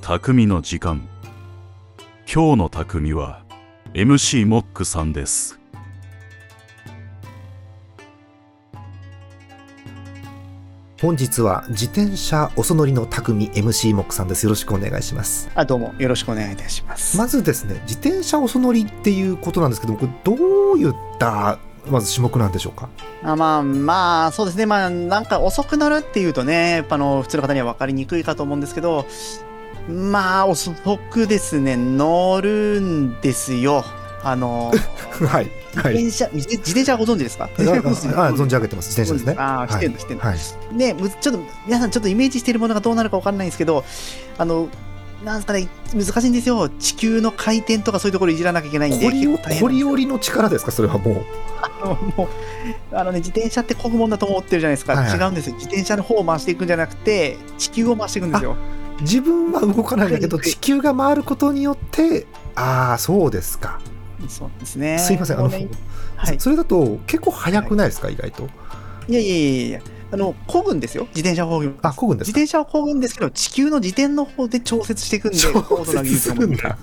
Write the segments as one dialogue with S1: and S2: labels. S1: 匠の時間今日の匠は MC モックさんです
S2: 本日は自転車おそ乗りの匠 MC モックさんですよろしくお願いします
S3: あどうもよろしくお願いいたします。
S2: まずですね自転車おそ乗りっていうことなんですけどもこれどういったまず種目なんでしょうか
S3: あまあまあそうですねまあなんか遅くなるっていうとねやっぱあの普通の方には分かりにくいかと思うんですけどまあ遅くですね乗るんですよ。あ の
S2: はいは
S3: 自
S2: い
S3: 転車、自自転車ご存知ですか？
S2: あああ存じ上げてます自転車ですね
S3: ああ知ってるの知ってるの
S2: はい
S3: ねむちょっと皆さんちょっとイメージしているものがどうなるかわかんないんですけどあのなんですかね難しいんですよ地球の回転とかそういうところいじらなきゃいけないんで
S2: コリ
S3: 結
S2: オ
S3: 構大変な
S2: コ
S3: んです
S2: リ
S3: よ
S2: オリの力ですかそれはもう
S3: あのもうあのね自転車ってこぐもんだと思ってるじゃないですか、
S2: はいはい
S3: 違うんですよ自転車の方を回していくんじゃなくて地球を回していくんですよ
S2: 自分は動かないんだけど
S3: はい
S2: 地球が回ることによってああそうですか
S3: そうですね
S2: すいませんあの、
S3: もうねはい
S2: そそれだと結構早くないですか、意外と
S3: いやいやいやいやあのこぐんですよ自転車をこぐ
S2: あこぐんで
S3: 自
S2: すか
S3: 転車をこぐんですけど地球の自転の方で調節していくんで高度な技術を持って
S2: だ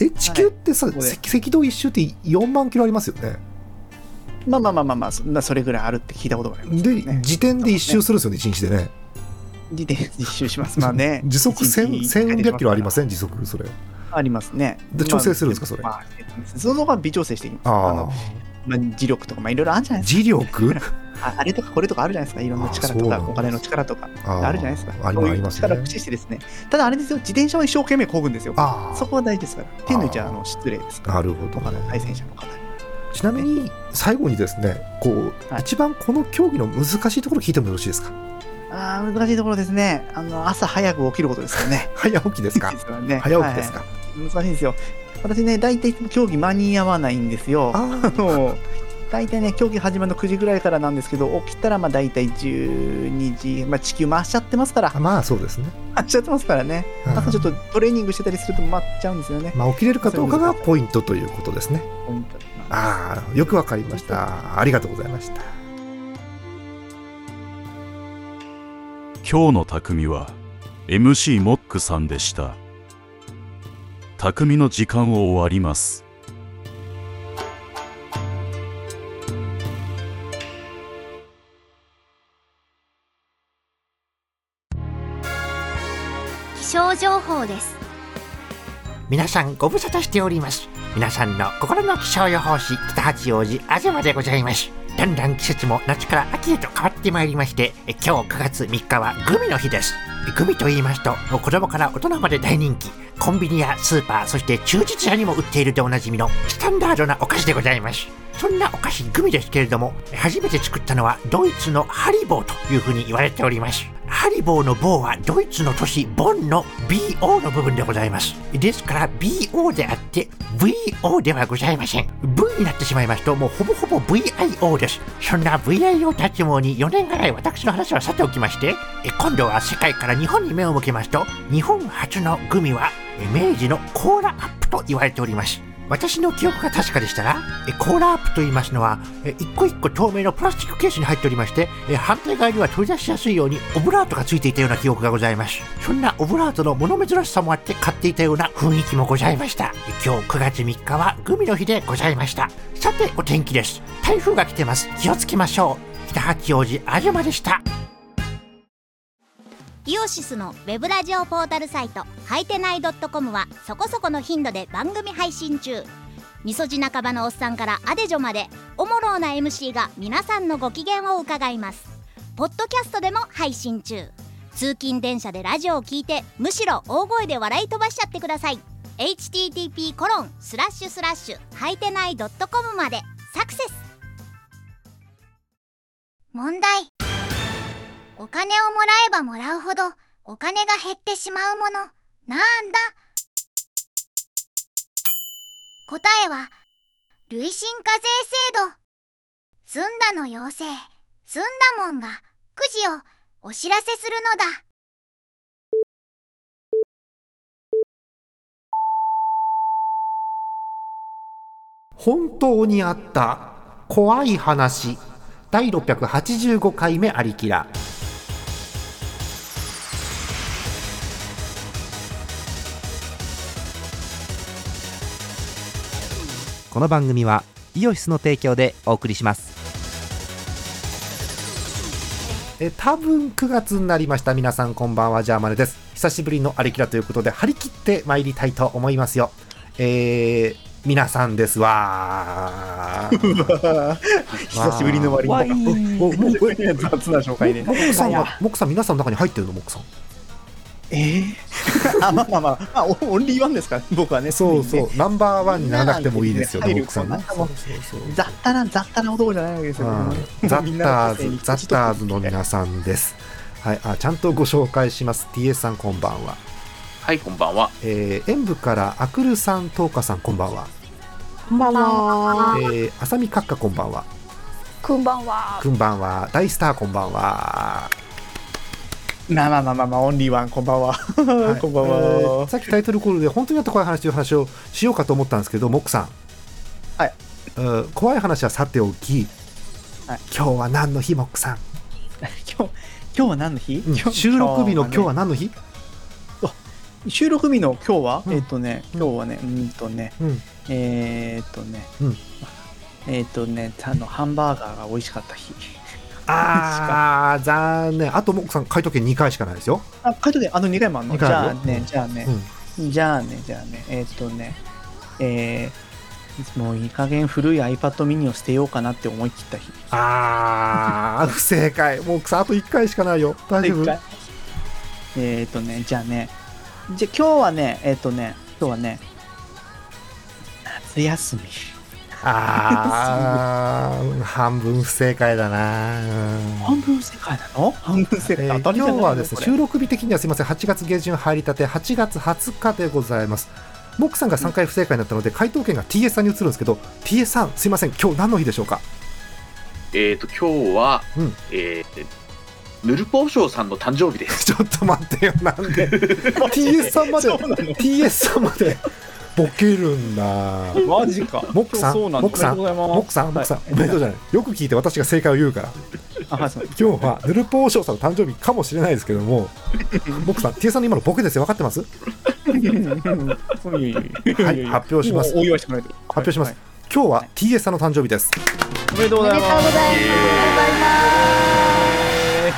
S2: え地球ってさ、
S3: ここで
S2: 赤赤道一周って4万キロありますよね
S3: まあまあまあまあまあそまあそれぐらいあるって聞いたことがあります
S2: で、
S3: ね
S2: 自転で一周するんですよね一日でね
S3: 自転実習しますまあね
S2: 時速
S3: 1日1
S2: 1000 1100キロありますせん時速それ
S3: ありますね
S2: で調整するんですかそれ
S3: まあ、その方が微調整していきます
S2: あ
S3: の
S2: あ
S3: まあ、磁力とかまあいろいろあるじゃないですか
S2: 磁 力
S3: ああれとかこれとかあるじゃないですか、いろんな力
S2: あそ
S3: と
S2: うなん
S3: か、
S2: です
S3: お金の力とか、
S2: あ
S3: あるじゃないですか。
S2: あり
S3: そう
S2: ま
S3: い
S2: あ
S3: う
S2: ります
S3: 力を
S2: ね
S3: 駆使してですね、ただあれですよ、自転車は一生懸命漕ぐんですよ。
S2: ああ
S3: そこが大事ですから、手抜いちゃあの失礼ですから、
S2: なるほど
S3: 他の対戦
S2: ね
S3: 者の方に。
S2: ちなみに最後にですねこう、
S3: はい
S2: 一番この競技の難しいところ聞いてもよろしいですか
S3: ああ、難しいところですね、あの朝早く起きることですよね。
S2: 早起きです か
S3: ですからね
S2: 早起きですか、
S3: はい難しいですよ。私ね、大体競技間に合わないんですよ。
S2: ああ
S3: もう大体ね、競技始まるの9時ぐらいからなんですけど、起きたらまあ大体12時、まあ、地球回しちゃってますから、
S2: あ まあそうですね、
S3: 回しちゃってますからね。
S2: うん
S3: 朝ちょっとトレーニングしてたりすると回っちゃうんですよね。
S2: まあ、起きれるかどうかがポイントということですね
S3: ポイントです
S2: ああよくわかりましたありがとうございました
S1: 今日の匠は MC モックさんでした匠の時間を終わります
S4: 気象情報です
S5: 皆さんご無沙汰しております皆さんの心の気象予報士北八王子東でございますだんだん季節も夏から秋へと変わってまいりましてえ今日9月3日はグミの日ですえグミと言いますともう子供から大人まで大人気コンビニやスーパーそして中日屋にも売っているでおなじみのスタンダードなお菓子でございますそんなお菓子グミですけれども初めて作ったのはドイツのハリボーというふうに言われておりますハリボーの棒はドイツの都市ボンの BO の部分でございます。ですから BO であって VO ではございません。V になってしまいますともうほぼほぼ VIO です。そんな VIO 立ちもに4年ぐらい私の話はさておきまして、え今度は世界から日本に目を向けますと、日本初のグミはえ明治のコーラアップと言われております。私の記憶が確かでしたら、えコーラアップと言いますのは、え一個一個透明のプラスチックケースに入っておりまして、え反対側には取り出しやすいようにオブラートがついていたような記憶がございます。そんなオブラートの物珍しさもあって買っていたような雰囲気もございました。え今日9月3日はグミの日でございました。さて、お天気です。台風が来てます。気をつけましょう。北八王子東でした。
S4: イオシスのウェブラジオポータルサイト「はいてない .com」はそこそこの頻度で番組配信中みそじ半ばのおっさんからアデジョまでおもろうな MC が皆さんのご機嫌を伺いますポッドキャストでも配信中通勤電車でラジオを聞いてむしろ大声で笑い飛ばしちゃってください http コロンスラッシュスラッシュはいてない .com までサクセス問題お金をもらえばもらうほどお金が減ってしまうものなんだ答えは累進課税制度すんだの要請すんだもんがくじをお知らせするのだ
S5: 本当にあった怖い話第685回目ありきら
S6: この番組はイオシスの提供でお送りします
S2: え多分9月になりました皆さんこんばんはジャーマネです久しぶりのあれキラということで張り切って参りたいと思いますよえー、皆さんですわー
S3: 久しぶりの割に
S2: おおもうえ
S3: 雑な紹介で。
S2: モクさん
S3: いやい
S2: が
S3: や
S2: モクさん皆さんの中に入ってるのモクさん
S3: ええあ、まあまあまあ、まあ、オオンリーワンですから、僕はね。
S2: そう
S3: 常に
S2: そ
S3: ね。
S2: うナンバーワンにならなくてもいいですよね
S3: 入る
S2: モクさんね
S3: そう雑多な、雑多な男じゃないわけですよ。
S2: うんザッターズ、ザッターズの皆さんです。はい、あちゃんとご紹介します。TS さん、こんばんは。
S7: はい、こんばんは。
S2: えー、演舞からアクルさん、トーカさん、こんばんは。
S8: こんばんは。
S2: えー、あさみかっか、こんばんは。
S8: こんばんは。
S2: くんばんは。大スター、こんばんは。
S3: まあまあまあまあまあ、オンリーワン、こんばんは。
S2: はい
S3: こんばん
S2: え
S3: は
S2: ー。さっきタイトルコールで本当にあった怖い話という話をしようかと思ったんですけど、モックさん。
S3: はい
S2: うん。怖い話はさておき、
S3: はい
S2: 今日は何の日、モックさん。
S3: 今日、今日は何の日、
S2: うん
S3: 今日
S2: 収録日の今日
S3: ね
S2: は何の日
S3: 収録日の今日は、
S2: うん
S3: えっ、とね、今日はね、うーんとね、
S2: うん
S3: えーっとね、
S2: うん
S3: えーっとね、あの、ハンバーガーが美味しかった日。
S2: あー、 残念。あと、モックさん、回答権2回しかないですよ。
S3: あ、書いとけ、あの2回もあんの
S2: 二
S3: じ
S2: 回
S3: ゃ
S2: あ
S3: あ
S2: るよ
S3: ね、じゃあね、じゃあね、じゃあね、えーっとね、えー、もういい加減古い iPad mini を捨てようかなって思い切った日。
S2: ああ、不正解。もうさ、あと1回しかないよ。大丈夫
S3: 一回えーっとね、じゃあね、じゃあ今日はね、えーっとね、今日はね、夏休み。
S2: あー、半分不正解だな。
S3: 半分世界なの半分世
S2: え
S3: 界、
S2: ー
S3: 当たり
S2: 今
S3: じゃない
S2: 日
S3: の
S2: はですね、
S3: これ
S2: 収録日的にはすいません、8月下旬入りたて、8月20日でございます。モックさんが3回不正解になったので、回答権が TS さんに移るんですけど、TS さん、すいません、今日何の日でしょうか
S7: えっ、と、今日は、
S2: うん
S7: えーヌルポーショーさんの誕生日です。
S2: ちょっと待ってよ、なん で。TS さんまで、TS さんまで、ボケるんだ。
S3: マジか。
S2: モックさん
S3: そうなんだ
S2: モックさん
S3: ありがとうございます
S2: モックさん、モックさん、おめでとうじゃない。よく聞いて私が正解を言うから。
S3: あはいそう
S2: 今日はヌルポーショーさんの誕生日かもしれないですけど も、僕さん、T さんの今のボケですよ、分かってます発
S3: うんいやいやいやいや
S2: はい発表します
S3: もうお祝いしてくれて。
S2: 表します。
S3: はい
S2: 今日は TS さんの誕生日です。
S3: おめでとうございます。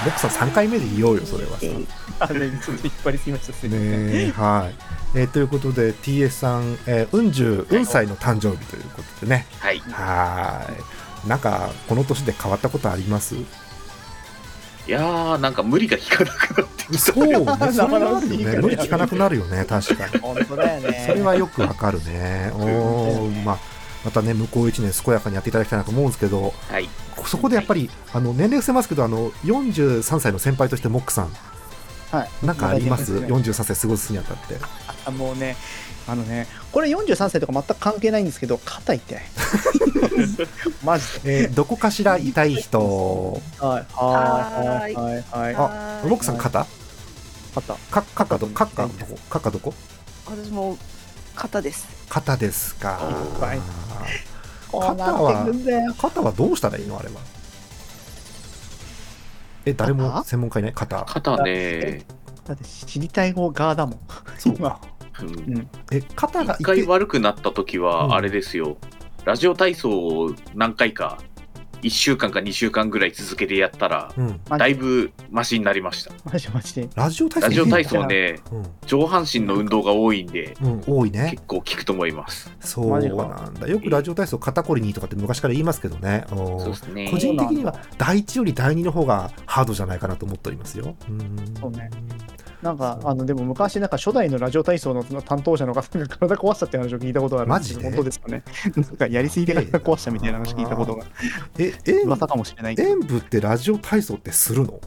S2: 僕さん、3回目で言おうよ、それは。ね
S3: あねちょっと引っ張りすぎました。すいません
S2: えはい。えーということで、TS さん、えー、うんじゅう、うん歳の誕生日ということでね。
S7: はい。
S2: はーい。なんか、この年で変わったことあります
S7: いやー、なんか無理が効かなくなってきた。
S2: そうね、それはあるよ
S3: 生々しい
S2: ね。
S3: から
S2: 無理聞かなくなるよ ね、確かに。
S3: 本当だよね。
S2: それはよくわかるね。おお、まあ、またね、向こう1年健やかにやっていただきたいなと思うんですけど、
S7: はい。
S2: そこでやっぱり、あの年齢伏せますけど、あの43歳の先輩としてモックさん、
S3: はい。
S2: なんかあります、
S3: いただいてね
S2: ?43 歳過ごすにあたって。
S3: あもうね、あのね、これ43歳とか全く関係ないんですけど、肩痛 い。マジで。
S2: えーどこかしら痛い人、
S3: はいはいはいはいはい。
S2: あモックさん、肩
S3: 肩。
S2: か肩ど肩どこ肩どこ
S8: 私も肩です。
S2: 肩ですか
S3: はい。
S2: 肩
S3: こうなってく
S2: は、
S3: んだよ。
S2: 肩はどうしたらいいのあれは。え、誰も
S3: 肩
S2: 専門家いない肩。
S7: 肩ね、
S3: だって知りたい方側だもん。
S2: そう
S3: 今
S2: か。
S7: うん
S2: え、肩が
S7: 一回
S2: 痛い
S7: 悪くなった時
S2: うん
S7: は、あれですよ、ラジオ体操を何回か、1週間か2週間ぐらい続けてやったら、
S2: うん。
S7: だいぶマシになりました。
S3: マジマジで。
S2: ラジオ体操
S7: ラジオ体
S2: いい
S7: 操ね、
S2: の
S7: 上半身の運動が多いんで、
S2: うん、うん、多いね。
S7: 結構効くと思います。
S2: そう
S3: マジか
S2: なんだ。よくラジオ体操肩こりにとかって昔から言いますけどね。うん
S7: そうですね
S2: 個。人的には第一より第二の方がハードじゃないかなと思っておりますよ。うん
S3: そうねなんか、あの、でも昔、なんか初代のラジオ体操の担当者の方が体壊したって話を聞いたことがあるんです
S2: マジで
S3: けど。本当ですかね。なんかやりすぎて体壊したみたいな話聞いたことが、
S2: え、演
S3: 噂かもしれないけど。
S2: 演舞ってラジオ体操ってするの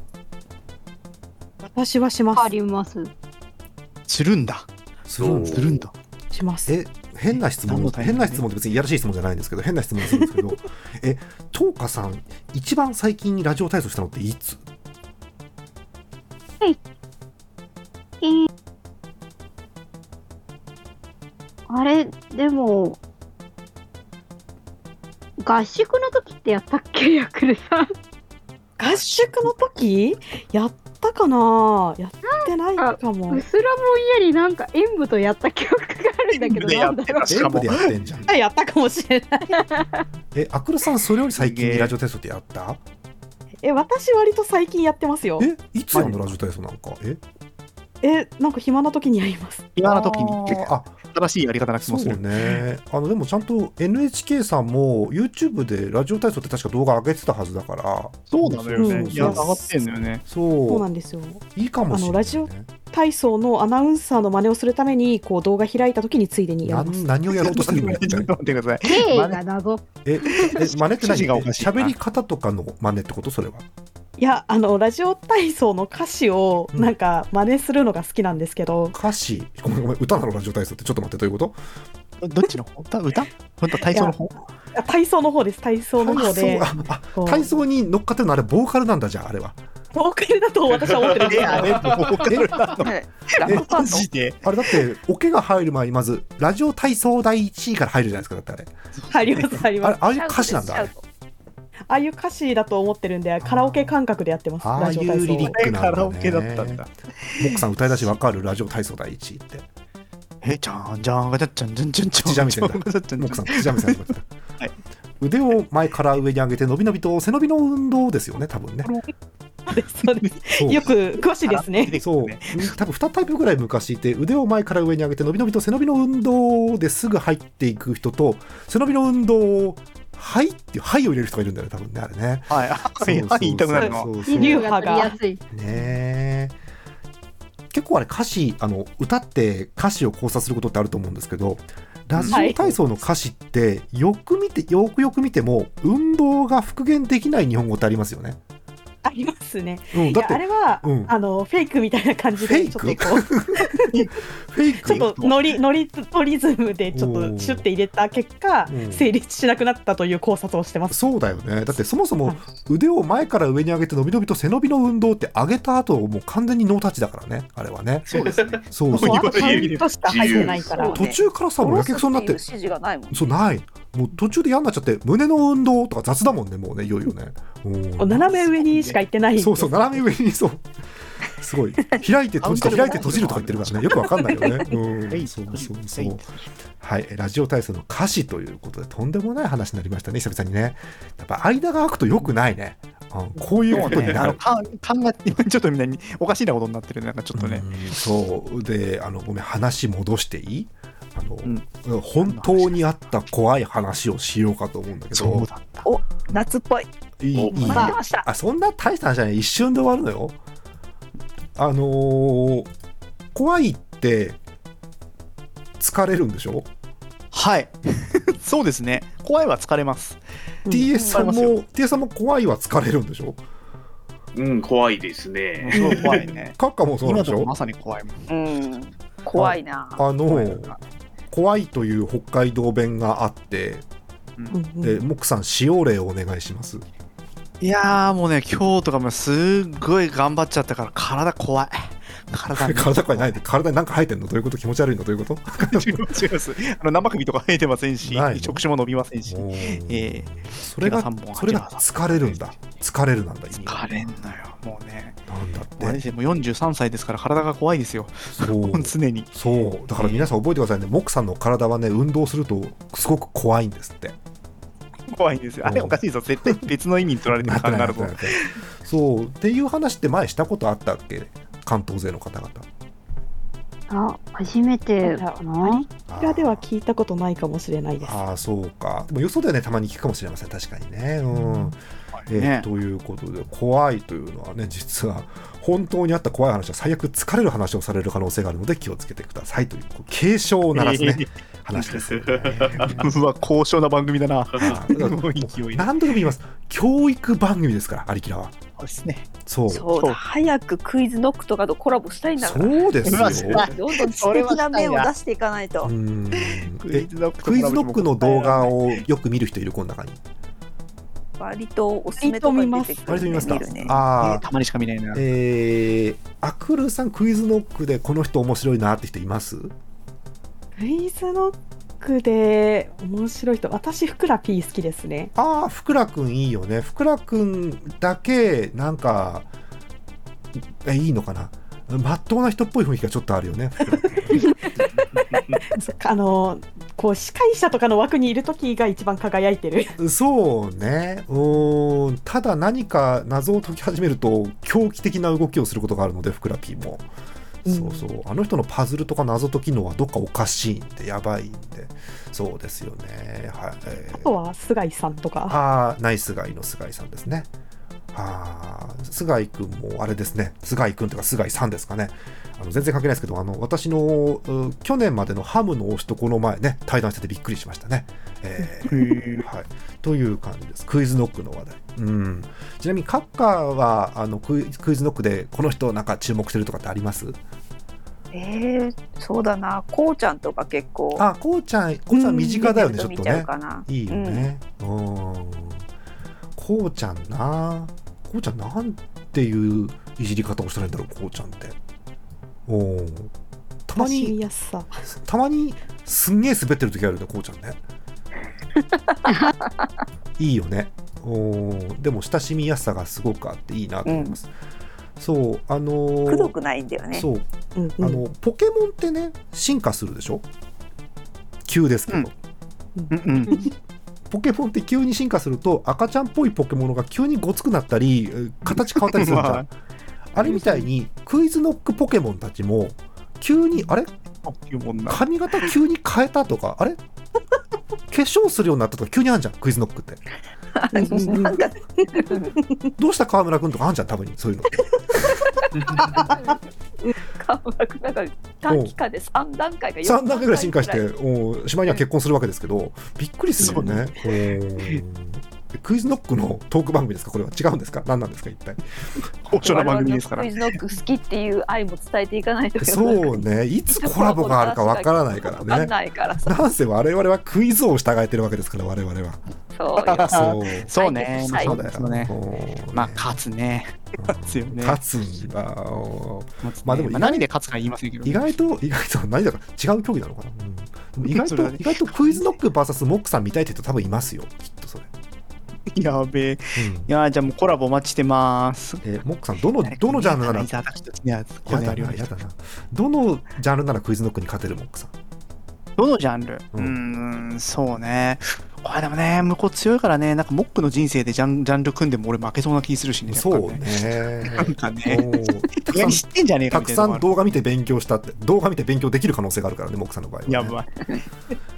S8: 私はします。
S9: ります。
S3: するんだ。
S2: するの
S7: そう
S3: するんだ。
S8: します。
S2: え、変な質
S3: 何
S2: 問、
S3: のタイミン
S2: 変
S3: グ
S2: な質問って別にいやらしい質問じゃないんですけど、変な質問するんですけど、え、東花さん、一番最近にラジオ体操したのっていつ
S9: あれ、でも、合宿の時ってやったっけ、ヤクルさん。
S8: 合宿の時やったかなやってないかも
S9: う。すらぼんやりなんか演舞とやった記憶がある
S8: るんだけ
S7: 全
S8: ど、
S7: 部でや
S8: な
S7: っ
S8: ん
S7: てた
S8: だろう。
S7: しか
S2: 全部
S7: も
S2: でやってんじゃん。
S8: やったかもしれない。
S2: え、アクルさん、それより最近
S3: すげ
S2: に
S3: え
S2: ラジオ体操ってやった
S8: え、私割と最近やってますよ。
S2: え、いつやんのラジオ体操なんか。え、
S8: え、なんか暇な時にやります。
S3: 今の時に
S2: あ、
S3: 新しいやり方なくて
S2: そ
S3: も
S2: う
S3: する。
S2: ね。あの、でもちゃんと NHK さんも YouTube でラジオ体操って確か動画上げてたはずだから、
S3: そうなのよ
S8: うん
S3: ね。いや、上がってんのよね。
S8: そう
S2: そ
S8: な
S2: う、
S8: んですよ。
S2: いいかもしれ
S8: あの
S2: な
S8: ラ
S2: い
S8: ジオ
S2: ね。
S8: 体操のアナウンサーの真似をするために、こう動画開いた時についでにや
S2: な
S8: ります。
S2: 何をやろうとしてるの
S3: ちょっと待ってください。
S9: 経緯が謎。
S2: え、 え、真似って
S3: 指
S2: 何
S3: 示がおかしいな
S2: 喋り方とかの真似ってことそれは。
S8: いや、あのラジオ体操の歌詞を
S2: うん
S8: なんか真似するのが好きなんですけど。
S2: 歌詞、ごめんごめん、歌なのラジオ体操ってちょっと待って、どういうこと
S3: どっちの方歌歌本当体操の方
S8: あ体操の方です。体操の方で
S2: あ。そうあ
S8: こ
S2: あ
S8: う
S2: 体操に乗っかってるのあれ、ボーカルなんだじゃあ、あれは。
S8: ボーカルだと私は思ってるん ですけど。
S3: あれもうかるなの
S2: え
S3: マジで
S2: あれだって、オケが入る前にまず、ラジオ体操第1位から入るじゃないですか、だってあれ。
S8: ありますあり
S2: あ
S8: ます。
S2: れ、ああいう歌詞なんだ、あれ。
S8: ああいう歌詞だと思ってるんで、カラオケ感覚でやってます。
S2: ああ
S8: ラ
S2: い
S8: ジオ
S2: う
S8: 体
S2: リ
S8: 操
S2: リッ。クなんだ、ね。
S3: カラオケだったんだ。。
S2: モックさん歌い出しわかるラジオ体操第1位って。
S3: え、じゃんじゃんがじゃちゃんじゃんじゃんじゃん。
S2: モックさん、藤波さんってこと
S3: は
S2: だ
S3: い
S2: 腕を前から上に上げて、伸び伸びと背伸びの運動ですよね、多分ね。
S8: そうですそうです
S2: そう
S8: よく詳しいですね。
S2: そう、多分2タイプぐらい昔いて腕を前から上に上げて伸び伸びと背伸びの運動ですぐ入っていく人と背伸びの運動を「はい」っていう「はい」を入れる人がいるんだよね多分ねあれね。
S3: はい、はい、はい、言いたくなる
S2: そ
S3: の。
S2: うそうそう
S9: リ
S8: 流
S9: ュウ
S8: 派
S9: が
S8: が
S9: 取りやすい。
S2: ねえ結構あれ歌詞あの歌って歌詞を考察することってあると思うんですけどラジオ体操の歌詞ってよく見てよくよく見ても運動が復元できない日本語ってありますよね。
S8: ありますね。
S2: うん、
S8: い
S2: だ
S8: や
S2: っ
S8: あ
S2: て
S8: れは、
S2: うん
S8: あのフェイクみたいな感じでち
S2: フェ
S8: ょ
S2: イ
S8: っ
S2: ク
S8: とこう
S2: フェイク
S8: ちょっとノリノリトリズムでちょっとシュッて入れた結果
S2: うん
S8: 成立しなくなったという考察をしてます。
S2: そうだよねだってそもそも
S8: はい
S2: 腕を前から上に上げて伸び伸びと背伸びの運動って上げた後もう完全にノータッチだからねあれはね
S7: そうですね。
S2: そう
S8: も
S2: そうう
S8: あと半分としか入ってないから。
S2: 途中からさもうやけくそになって
S10: 指示がないもん。
S2: そうないもう途中で嫌になっちゃって胸の運動とか雑だもんねもうねいよい よねうん
S8: 斜め上にしか行ってない。
S2: そうそう斜め上にそうすごい開いて閉じて開いて閉じるとか言ってるからねよくわかんない よねう
S3: はい
S2: んそうそうそうはい、えーラジオ体操の歌詞ということで、とんでもない話になりましたね、久々にね。やっぱ間が空くと良くないね。うんこういうことにな
S3: あ
S2: る
S3: の。かんがちょっとみんなにおかしいなことになってるねなんかちょっとね、
S2: うんそうであのごめん話戻していいあの、
S3: ん
S2: 本当にあった怖い話をしようかと思うんだけ
S3: そう
S2: ど
S3: だった
S10: 夏っぽい。
S2: いいいい
S10: 待ってました。
S2: あそんな大した話じゃない一瞬で終わるのよあのー怖いって疲れるんでしょ、
S3: はい そうですね怖いは疲れます
S2: ?TS さんも
S3: 疲れま
S2: TS さんも怖いは疲れるんでしょ
S7: うん、怖いですね。
S3: すごい怖いね
S2: カッカも そうなん
S3: 今
S2: でし
S3: とか
S2: ょ
S3: まさに怖いもん
S10: うん。怖いな。
S2: あ
S3: 怖い
S2: の怖いという北海道弁があって、
S8: うんうん
S2: えモックさん使用例をお願いします
S3: いやーもうね今日とかもすっごい頑張っちゃったから体怖い体 ね
S2: 体からないで体に何か生えてんのどういうこと気持ち悪いのどういうこと
S3: 違います違いますあの生首とか生えてませんし
S2: ないの
S3: 触手も伸びませんし
S2: おー
S3: ええ
S2: それが
S3: 手が三本
S2: それが疲れるんだ疲れるなんだ意味が
S3: 疲れんのよもうね
S2: なんだっ
S3: もうあれで
S2: て
S3: すよもう43歳ですから体が怖いですよ
S2: そう
S3: 常に
S2: そうだから皆さん覚えてくださいねモックさんの体はね運動するとすごく怖いんですって
S3: 怖いんですよあれおかしいぞ絶対別の意味に取られてる 感があるぞ
S2: なってないなってないそうっていう話って前したことあったっけ関東勢の方々
S9: あ、初めてかな。
S8: こちらでは聞いたことないかもしれないです。
S2: ああそうかでもよそではねたまに聞くかもしれません確かにねうん、えー
S3: ね
S2: ということで怖いというのはね実は本当にあった怖い話は最悪疲れる話をされる可能性があるので気をつけてくださいというこう警鐘を鳴らすね話ですよね、
S3: うわ高尚な番組だな
S2: あー
S3: もう勢い
S2: 何度でも言います教育番組ですからアリキラは
S3: そうですね
S2: そうそ
S10: そう
S3: そう
S10: だ。早くクイズノックとかとコラボしたいんだから。
S2: うです
S3: うわし
S2: よ
S3: た
S10: どんどん知的な面 を出 していかないと
S2: う。ん
S3: クイ
S2: え
S3: ズノック
S2: クイズノックの動画
S3: を
S2: をよく見る人いるこの中に
S10: 割とおすすめとかに出てくる、ね。
S2: 割と見ますか、
S10: るね
S2: ああ
S3: たまにしか見ないな
S2: えー、アクルさんクイズノックでこの人面白いなって人います
S8: クイズノックで面白い人、私ふくら P 好きですね。
S2: ああ、ふくらくんいいよね。ふくらくんだけ、なんか、 え、いいのかな。まっとうな人っぽい雰囲気がちょっとあるよね。ふくらくん
S8: あのこう司会者とかの枠にいる時が一番輝いてる
S2: そうねうーんただ何か謎を解き始めると狂気的な動きをすることがあるのでふくら P も、そうそうあの人のパズルとか謎解きのはどっかおかしいんでやばいんでそうですよねはい、えー
S8: あとは菅井さんとか
S2: ああナイスガイの菅井さんですねああ菅井くんもあれですね菅井くんとか菅井さんですかねあの全然関係ないですけどあの私のう去年までのハムの推しとこの前ね対談しててびっくりしましたね、えーはい、という感じですクイズノックの話題うんちなみにカッカーはあのクイクイズノックでこの人なんか注目してるとかってあります
S10: えー、そうだな、こうちゃんとか結構。
S2: あ、こうちゃん、こうちゃん身近だよね、ちょっと
S10: 見ちゃ
S2: ね
S10: うかな。。
S2: いいよね。うん。こうちゃんな。こうちゃんなんていういじり方をしたらいいんだろう、こうちゃんって。おお。たま
S8: 親しみ
S2: に、
S8: やすさ
S2: たまにすんげえ滑ってる時あるよね、こうちゃん ね。いいよね。おーでも親しみやすさがすごくあっていいなと思います。そう、あのー
S10: くどくないんだよね。
S2: そう、
S8: うん
S2: あ
S8: うん
S2: のポケモンってね進化するでしょ急ですけど、
S7: うんうんうん
S2: ポケモンって急に進化すると赤ちゃんっぽいポケモンが急にごつくなったりえー形変わったりする じゃん、
S7: まあ
S2: あれみたいにクイズノックポケモンたちも急にあれ
S7: あっていうもんな
S2: 髪型急に変えたとかあれ 化粧するようになったとか急にあんじゃんクイズノックって
S10: なんか、
S2: どうした川村君とかあんじゃんたまにそういうの
S10: 川村君なんか短期間で三段階が
S2: 3段階ぐらい進化して、おしまいには結婚するわけですけど、びっくりするよね。おークイズノックのトーク番組ですか、これは違うんですか、何なんですか、一体。
S7: 高尚な番組ですから
S10: クイズノック好きっていう愛も伝えていかないと
S2: そうね、いつコラボがあるかわからないか
S10: わからん
S2: ね。
S10: ないからさ。
S2: なんせ我々はクイズを従えてるわけですから、我々は。
S10: そうよ。
S2: そう。
S3: そうね、まあ
S10: はい
S2: そ
S3: そうう
S2: だ
S3: だ
S2: よ
S3: よね。
S2: そう
S3: まあ、勝つね。勝つよね。
S2: 勝つんだ。おー
S3: 勝つね
S2: まあでも
S3: まあ何で勝つか言いませんけどね。
S2: 意外と、意外と、何だか違う競技なのかな。 うんでも意外
S3: それは
S2: と、
S3: ね
S2: 意外とクイズノック VS モックさん見たいって人多分いますよ、きっとそれ。
S3: やべえ。い
S2: うん
S3: やー、じゃあもうコラボお待ちしてます。
S2: えーモックさん、どの、どのジャンルなら
S3: いや私たちにはこ
S2: や
S3: だ
S2: だ
S3: わりは
S2: な、
S3: あり
S2: や
S3: ます
S2: だな。どのジャンルならクイズノックに勝てるもんさん。
S3: どのジャンル
S2: う
S3: うんーん、そうね。これでもね、向こう強いからね、なんかモックの人生でジャンジャンル組んでも俺負けそうな気するしね。やっぱ
S2: そう
S3: ね。
S2: ね。
S3: なんかね
S2: お ーた
S3: いや
S2: く
S3: 知
S2: さ
S3: ってんじゃねえ
S2: ん、
S3: か
S2: た
S3: み
S2: く
S3: たい
S2: さ
S3: なのもあ
S2: ん
S3: る。
S2: 動画見て勉強したって、動画見て勉強できる可能性があるからね、モックさんの場合は、ね。
S3: やば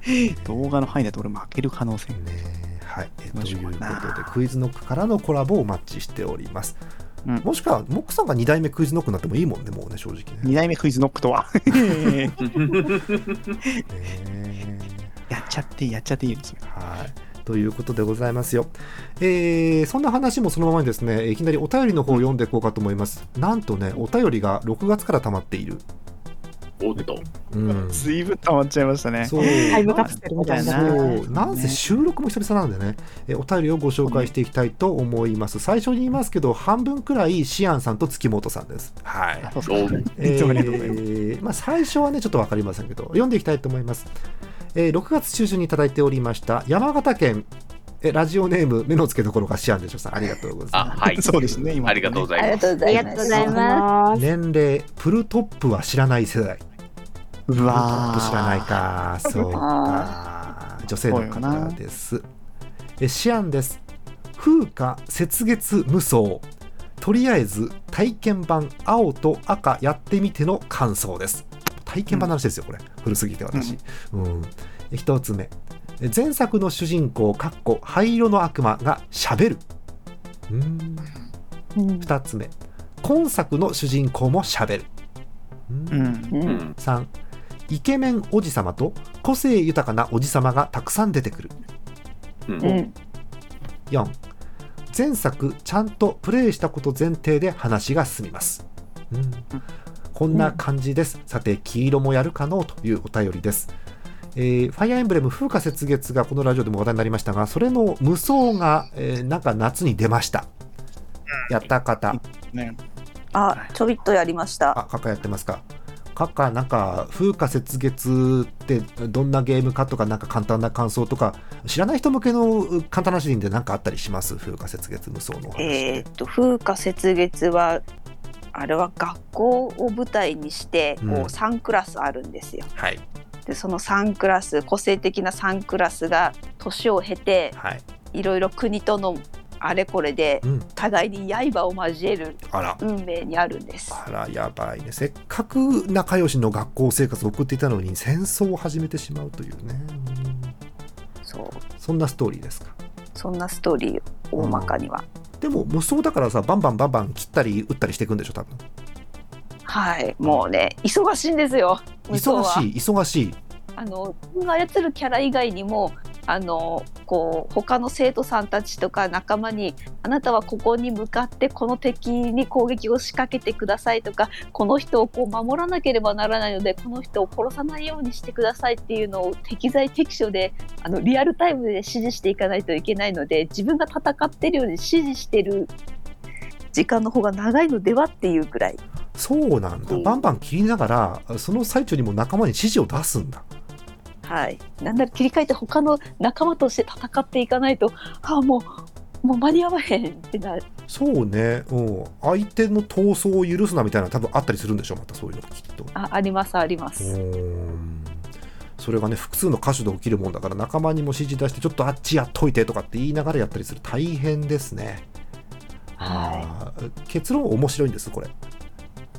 S3: い。動画の範囲だと俺負ける可能性。
S2: ねはい、えー
S3: ど
S2: とい
S3: うし
S2: う
S3: よう
S2: ことで
S3: かな
S2: クイズノックからのコラボをお待ちしております、
S3: うん
S2: もしくはモックさんが2代目クイズノックになってもいいもんねもうね正直ね
S3: 二代目クイズノックとは。
S2: ね
S3: やっちゃっていい、やっちゃっていいですよ。
S2: はい。ということでございますよ。えーそんな話もそのままにですね、いきなりお便りの方を読んでいこうかと思います。なんとね、お便りが6月から溜まっている。
S7: おっと
S2: うん。そ
S3: ずいぶん溜まっちゃいましたね。
S2: う。
S8: タイムカプセルみたいな
S2: そうなんせ収録も久々なんでね、えお便りをご紹介していきたいと思います。最初に言いますけど、半分くらいシアンさんと月本さんです。はい。
S3: あそうそ
S7: お
S3: う
S7: う
S2: え
S3: いつもありがとうございます。
S2: ーまあ、最初はねちょっと分かりませんけど読んでいきたいと思います、えー6月中旬にいただいておりました山形県えラジオネーム目の付けどころがシアンでしょさんありがとうござい
S7: あ
S2: ま
S7: はい
S3: そうですね今
S7: ありがとうご ざ
S10: ありが
S7: います
S10: とうございます。
S9: ありがとうございます
S8: あ
S2: す年齢プルトップは知らない世代プ
S3: う
S2: ルトッ
S3: わ
S2: プ
S3: ー
S2: 知らない。かそうか女性の方ですえシアンです風化雪月無双とりあえず体験版青と赤やってみての感想です体験版の話ですよこれ、古すぎて私、うんえ一つ目え前作の主人公かっこ灰色の悪魔がしゃべるうん二つ目今作の主人公もしゃべるうん
S10: う。
S3: うん。
S7: うんん
S2: 3イケメンおじさまと個性豊かなおじさまがたくさん出てくる
S7: うん
S10: うん。
S2: 4前作ちゃんとプレイしたこと前提で話が進みます、うん、こんな感じです、さて黄色もやるかのというお便りですえーファイアーエンブレム風化雪月がこのラジオでも話題になりましたがそれの無双が、えーなんか夏に出ましたやった方
S3: ね
S10: あ、ちょびっとやりました。
S2: あ、カカやってますか。カカなんか風化雪月ってどんなゲームかとかなんか簡単な感想とか知らない人向けのう簡単なシーンで何かあったりします風化雪月無双のお話
S10: えーっと、風化雪月は。あれは学校を舞台にして、
S2: うん
S10: こう三クラスあるんですよ。
S2: はい
S10: ででその3クラス個性的な3クラスが年を経て、
S2: はい、
S10: いろいろ国とのあれこれで
S2: うん
S10: 互いに刃を交える
S2: あら
S10: 運命にあるんです。
S2: あらやばいねせっかく仲良しの学校生活を送っていたのに戦争を始めてしまうというね
S10: そう
S2: そんなストーリーですか
S10: そんなストーリー大まかには、
S2: でも無双だからさバンバンバンバン切ったり打ったりしていくんでしょ多分
S10: はいもうね忙しいんですよ向こうは
S2: 忙しい忙しい
S10: あの自分が操るキャラ以外にもあのこう他の生徒さんたちとか仲間に「あなたはここに向かってこの敵に攻撃を仕掛けてください」とか「この人をこう守らなければならないのでこの人を殺さないようにしてください」っていうのを適材適所であのリアルタイムで指示していかないといけないので自分が戦ってるように指示してる時間の方が長いのではっていうくらい。
S2: そうなんだ、
S10: うん
S2: バンバン切りながらその最中にも仲間に指示を出すんだ
S10: はい、なんだら切り替えて他の仲間として戦っていかないとああもうもう間に合わへんってなる
S2: そうね、うん、相手の闘争を許すなみたいなの多分あったりするんでしょまたそういうのきっと
S10: あありますありま
S2: う
S10: す、
S2: ーんそれがね複数の箇所で起きるもんだから仲間にも指示出してちょっとあっちやっといてとかって言いながらやったりする大変ですね
S10: はい
S2: 結論面白いんですこれ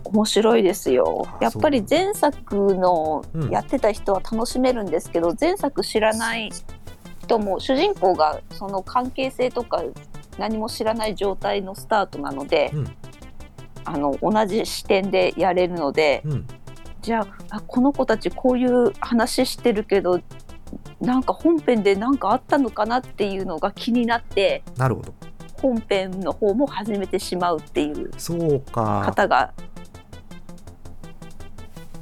S10: 面白いですよ
S2: あ
S10: やっぱり前作の
S2: うん
S10: やってた人は楽しめるんですけど、前作知らない人も主人公がその関係性とか何も知らない状態のスタートなので、
S2: うん
S10: あの同じ視点でやれるので、
S2: うん
S10: じゃああこの子たちこういう話してるけどなんか本編で何かあったのかなっていうのが気になって
S2: なるほど
S10: 本編の方も始めてしまうっていう
S2: そうか
S10: 方が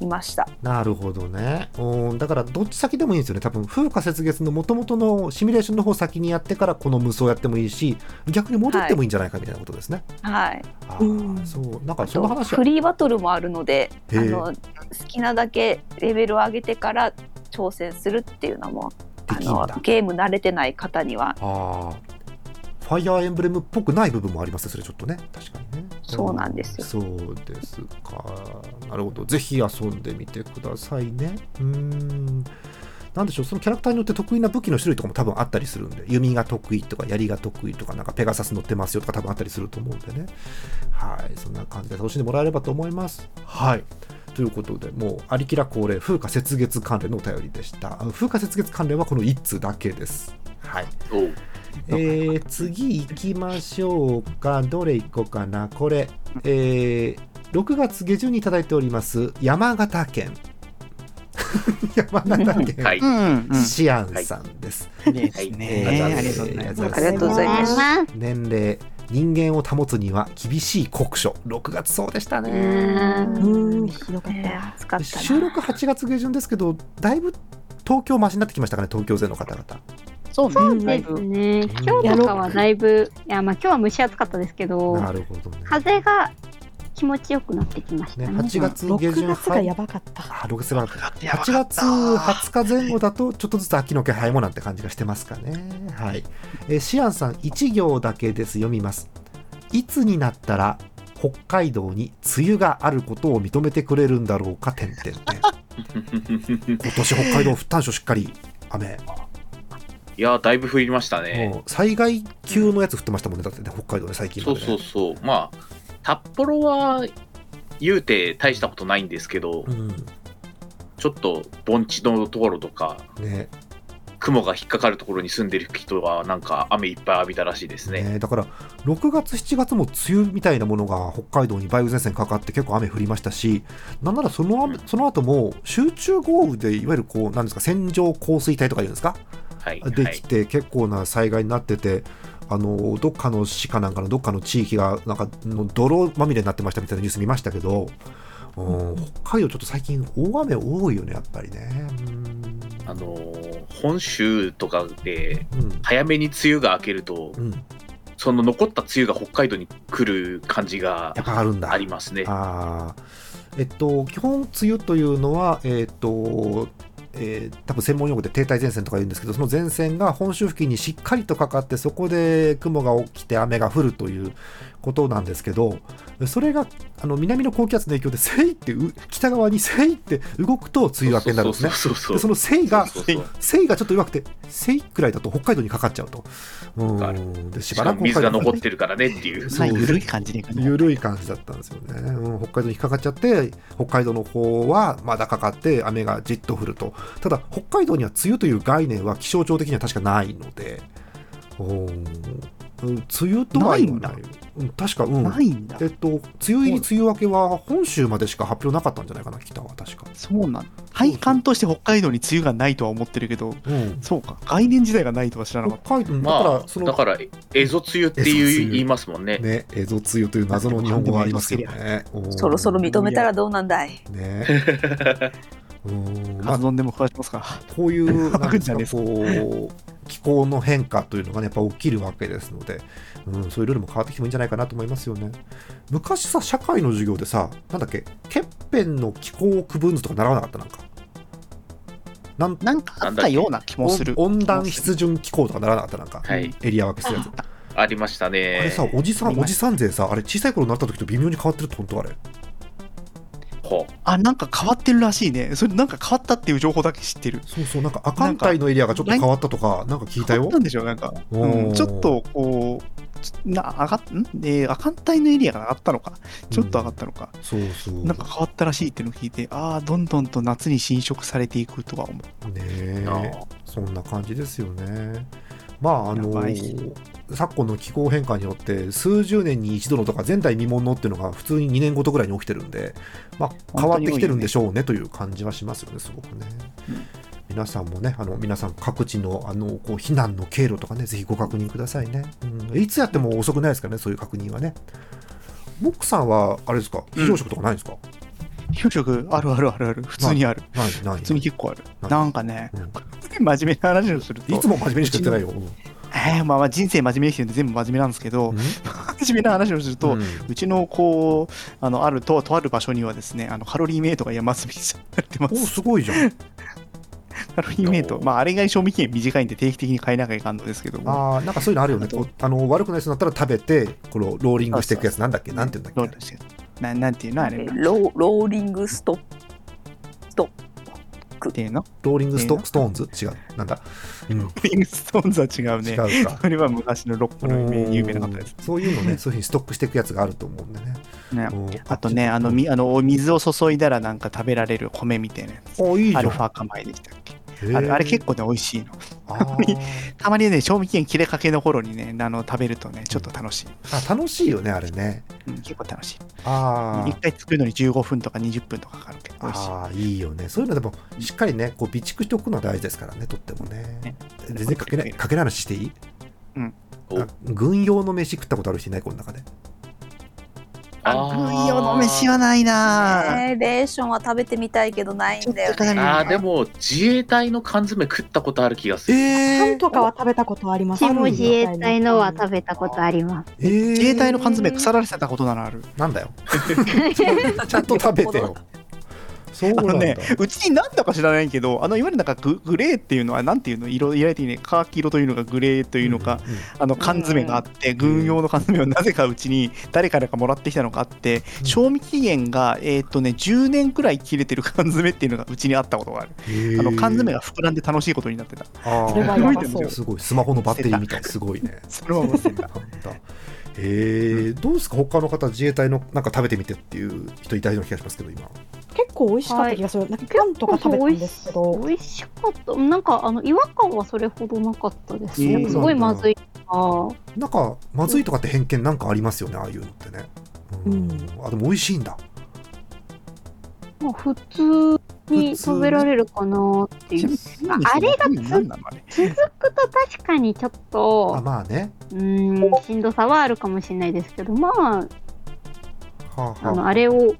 S10: いました
S2: なるほどねうんだからどっち先でもいいんですよね多分風化雪月の元々のシミュレーションの方先にやってからこの無双やってもいいし逆に戻ってもいいんじゃないかみたいなことですね、
S10: はい
S2: ああーそうなんかその話は
S10: フリーバトルもあるのであ
S2: へえ
S10: の好きなだけレベルを上げてから挑戦するっていうのも
S2: で
S10: あ
S2: きん
S10: の
S2: だ
S10: ゲーム慣れてない方には
S2: ああファイアーエンブレムっぽくない部分もありますねそれちょっとね確かにね
S10: そうなんですよ
S2: そうですかなるほどぜひ遊んでみてくださいねうーんなんでしょうそのキャラクターによって得意な武器の種類とかも多分あったりするんで弓が得意とか槍が得意とかなんかペガサス乗ってますよとか多分あったりすると思うんでねはいそんな感じで楽しんでもらえればと思いますはいということでもうありきら恒例風化雪月関連のお便りでしたあの風化雪月関連はこの1通だけですはい
S7: おう
S2: えー次行きましょうかどれ行こうかなこれ、えー6月下旬にいただいております山形県 山形県、
S7: はい。
S3: んうん
S2: シアンさんです、
S3: いいですね。ありがとうございます。
S2: えー
S10: ありがとうございます
S2: 年齢年齢人間を保つには厳しい酷暑6月そうでしたね、
S8: うん、ひどかった。
S10: ね暑かったな
S2: 収録8月下旬ですけどだいぶ東京マシになってきましたかね東京勢の方々
S3: そう
S9: そ
S3: ね。
S9: うですね。今日とかはだいぶ、いや、まあ今日は蒸し暑かったですけど、
S2: なるほどね
S9: 風が気持ちよくなってきました
S2: ね
S9: ね。
S2: 8月下
S8: 六
S2: 旬
S8: 月がやばかった。
S2: あ6月は8月20日前後だとちょっとずつ秋の気配もなんて感じがしてますかね。はい。えーシアンさん1行だけです。読みます。いつになったら北海道に梅雨があることを認めてくれるんだろうか、てん てんてん。今年北海道不短所しっかり雨。
S7: いやー、だいぶ降りましたね。
S2: もう災害級のやつ降ってましたもんね。だってね、北海道ね、最近ま
S7: そう
S2: でね
S7: そうそう。まあ、札幌は、言うて大したことないんですけど、ちょっと盆地のところとか、
S2: うん。ね。
S7: 雲が引っかかるところに住んでる人は、なんか雨いっぱい浴びたらしいですね。
S2: ねだから6月、7月も梅雨みたいなものが北海道に梅雨前線かかって結構雨降りましたし、なんならその雨
S7: うん
S2: その後も集中豪雨でいわゆるこうなんですか線状降水帯とかいうんですか、
S7: はい。
S2: で
S7: は
S2: き
S7: い、
S2: て結構な災害になってて、あのどっかの市かなんかのどっかの地域がなんかの泥まみれになってましたみたいなニュース見ましたけど、うん北海道、ちょっと最近大雨多いよね、やっぱりね。うん
S7: あのー本州とかで、
S2: うん
S7: 早めに梅雨が明けると、
S2: うん、
S7: その残った梅雨が北海道に来る感じが
S2: やっぱあるんだ。
S7: ありますね。
S2: あーえっと、基本、梅雨というのは、えっと、えー多分専門用語で停滞前線とか言うんですけどその前線が本州付近にしっかりとかかってそこで雲が起きて雨が降るということなんですけどそれがあの南の高気圧の影響でせいってう北側にせいって動くと梅雨明けになるんですね
S7: そうそうそうそう
S2: でそのせいが
S7: そうそうそう
S2: せいがちょっと弱くてせいくらいだと北海道にかかっちゃうとう
S7: か
S2: ーんでし
S7: し
S2: ば
S7: から
S2: く
S7: も水が
S2: 北海
S7: 残
S2: 道
S7: ってるからねっていう。
S2: そう
S3: まあ、緩い感じでいくの。
S2: 緩い感じだったんですよね、うん、北海道に引っかかっちゃって北海道の方はまだかかって雨がじっと降るとただ北海道には梅雨という概念は気象庁的には確かないのでおーうん梅雨とは言わない
S3: ない
S2: うん確かうん
S3: ないんだ
S2: え。っと、梅雨入り梅雨明けは本州までしか発表なかったんじゃないかな北は確か、
S3: そうなん配管として北海道に梅雨がないとは思ってるけど、
S2: うん、
S3: そうか、概念時代がないとは知らなかっ
S2: 北海道だ
S7: まあ、
S2: から、
S7: だ
S2: そ
S7: か
S2: の
S7: ら、蝦夷梅雨って
S2: 蝦夷梅
S7: いう
S2: 雨
S7: 言いますもんね。
S2: ね映像梅雨という謎の日本語がありますよね
S10: そろそろ認めたらどうなんだい
S2: うんねうんま
S3: た。カ
S2: あ
S3: ツ丼でも食わしますか。
S2: こう いう、なん
S3: 書くん
S2: です
S3: じ
S2: か
S3: ゃないですか
S2: こう、気候の変化というのがね、やっぱ起きるわけですので、うん、そういうルールも変わってきてもいいんじゃないかなと思いますよね。昔さ、社会の授業でさ、なんだっけ、ケッペンの気候を区分図とか習わなかったなんか。なん
S3: なんかあったような気もする。
S2: 温暖湿潤気候とかならなかったなんか、
S7: はい
S2: エリア分けするやつ。
S7: ありましたね。
S2: あれさ、おじさ
S3: あり
S2: ん、お
S3: ま
S2: じ
S3: し
S2: さん勢さ、あれ小さい頃になった時と微妙に変わってるって本当あれ。
S7: ほ
S3: あ、なんか変わってるらしいね。それなんか変わったっていう情報だけ知ってる。
S2: そうそう、なんかアカンタイのエリアがちょっと変わったとか、なんか聞いた
S3: 変わ
S2: よ
S3: った。んでしょう、なんか。う
S2: おー
S3: ん、ちょっとこう、ちょな上がっんで、亜寒帯のエリアが上がったのか、ちょっと上がったのか、
S2: そうそう。
S3: なんか変わったらしいっていうのを聞いて、ああ、どんどんと夏に侵食されていくとは思う。
S2: ねえ
S7: あ
S2: そんな感じですよね。まああの
S3: やばい
S2: 昨今の気候変化によって数十年に一度のとか前代未聞のっていうのが普通に2年ごとぐらいに起きてるんで、まあ、変わってきてるんでしょうねという感じはしますよねすごくね。皆さんもねあの皆さん各地のあのこう避難の経路とかねぜひご確認くださいね、うん、いつやっても遅くないですからねそういう確認はね。モックさんはあれですか非常食とかないんですか、
S3: 非常食あるあるあるある、普通にある。
S2: ないない
S3: 普通に結構ある。
S2: ない
S3: なんかね、
S2: うん
S3: 真面目な話をすると、
S2: いつも真面目にしか言ってないよ。うん
S3: えーまあまあ人生真面目に生きてるんで全部真面目なんですけど、真面目な話をすると、う
S2: うん
S3: ちのこうあのあるととある場所にはですねあのカロリーメイトが山積みされてま
S2: お
S3: す
S2: すごいじゃん。
S3: カロリーメイトまああれが賞味期限短いんで定期的に買えなきゃいかんのですけども
S2: ああ、なんかそういうのあるよね。
S3: あと
S2: こうあの悪くない人だったら食べて、このローリングしていくやつ、なんだっけ、なんていうんだ
S3: ロー
S2: っ
S3: ルしてるななんていうのあれっ
S10: ローローリングストップ
S3: ていうの
S2: け、ローリングスト
S3: えー
S2: ストーンズ違う、なんだ、うん
S3: ローリングストーンズは違うね
S2: 違うか。
S3: これは昔のロックの有名な方です
S2: うんそういうのね、そういうふうにストックしていくやつがあると思うんでね。
S3: ね
S2: うん
S3: あとねあのみあのお水を注いだらなんか食べられる米みたいなやつ
S2: あ、いいじゃ
S3: ア
S2: ん。
S3: ルファ化米でしたっけ
S2: へー
S3: あれあれ結構ね美味しいの
S2: あー
S3: たまにね、賞味期限切れかけの頃にね、あの食べるとね、ちょっと楽しい。
S2: あ楽しいよね、あれね。
S3: うん、結構楽しい。
S2: あー
S3: 一回作るのに15分とか20分とかかかるけど、美味しい。
S2: あーいいよね。そういうのでも、しっかりね、こう備蓄しておくのは大事ですからね、とってもね
S3: ね。
S2: 全然かけない、かけない話していい
S3: うん
S2: あ軍用の飯食ったことある人いないこの中で。
S3: あ、軍用の飯はないなぁ。
S10: ねえレーションは食べてみたいけどないんだよ
S3: ちょっとか
S10: ね
S3: なり
S7: あーでも自衛隊の缶詰食ったことある気がする。
S8: パ
S2: え
S8: ンとかは食べたことあります
S9: 私も自衛隊のは食べたことあります。
S2: えー
S3: 自衛隊の缶詰腐らせたことならある。
S2: なんだよ。 ちゃんと食べてよ。そう
S3: あ
S2: な
S3: の
S2: んだ。
S3: ね、うちになんだか知らないけど、あの、いわゆるなんかググレーっていうのは、なんていうの、色、いわゆるね、カーキ色というのか、グレーというのか、
S2: ん。
S3: あの缶詰があって、軍用の缶詰をなぜかうちに誰からかもらってきたのがあって、
S2: うん
S3: 賞味期限が、えーっとね、10年くらい切れてる缶詰っていうのがうちにあったことがある。あの缶詰
S2: が。
S3: が膨らんで楽しいことになってた。
S2: あ
S8: それは
S2: ー
S8: やばそう
S2: すごい。スマホのバッテリーみたい。すごいね。
S3: それはもう
S2: なんだ。えー、どうですか他の方自衛隊のなんか食べてみてっていう人いたような気がしますけど今
S8: 結構美味しかった気がする。なんかパンとか食べたんですけど、
S9: 美味しかった。なんかあの違和感はそれほどなかったです
S3: そうなん
S9: ね。
S3: だ
S9: すごいまずいな。
S2: なんかまずいとかって偏見なんかありますよねああいうのってねうん
S8: うん
S2: あでも美味しいんだ
S9: まあ普通に食べられるかなっていう。あれがつ
S3: 何なのあれ
S9: 続くと確かにちょっ
S2: あ
S9: と
S2: まあね
S9: うーんしんどさはあるかもしれないですけど、まあ
S2: はあ
S9: あの
S2: は
S9: あれを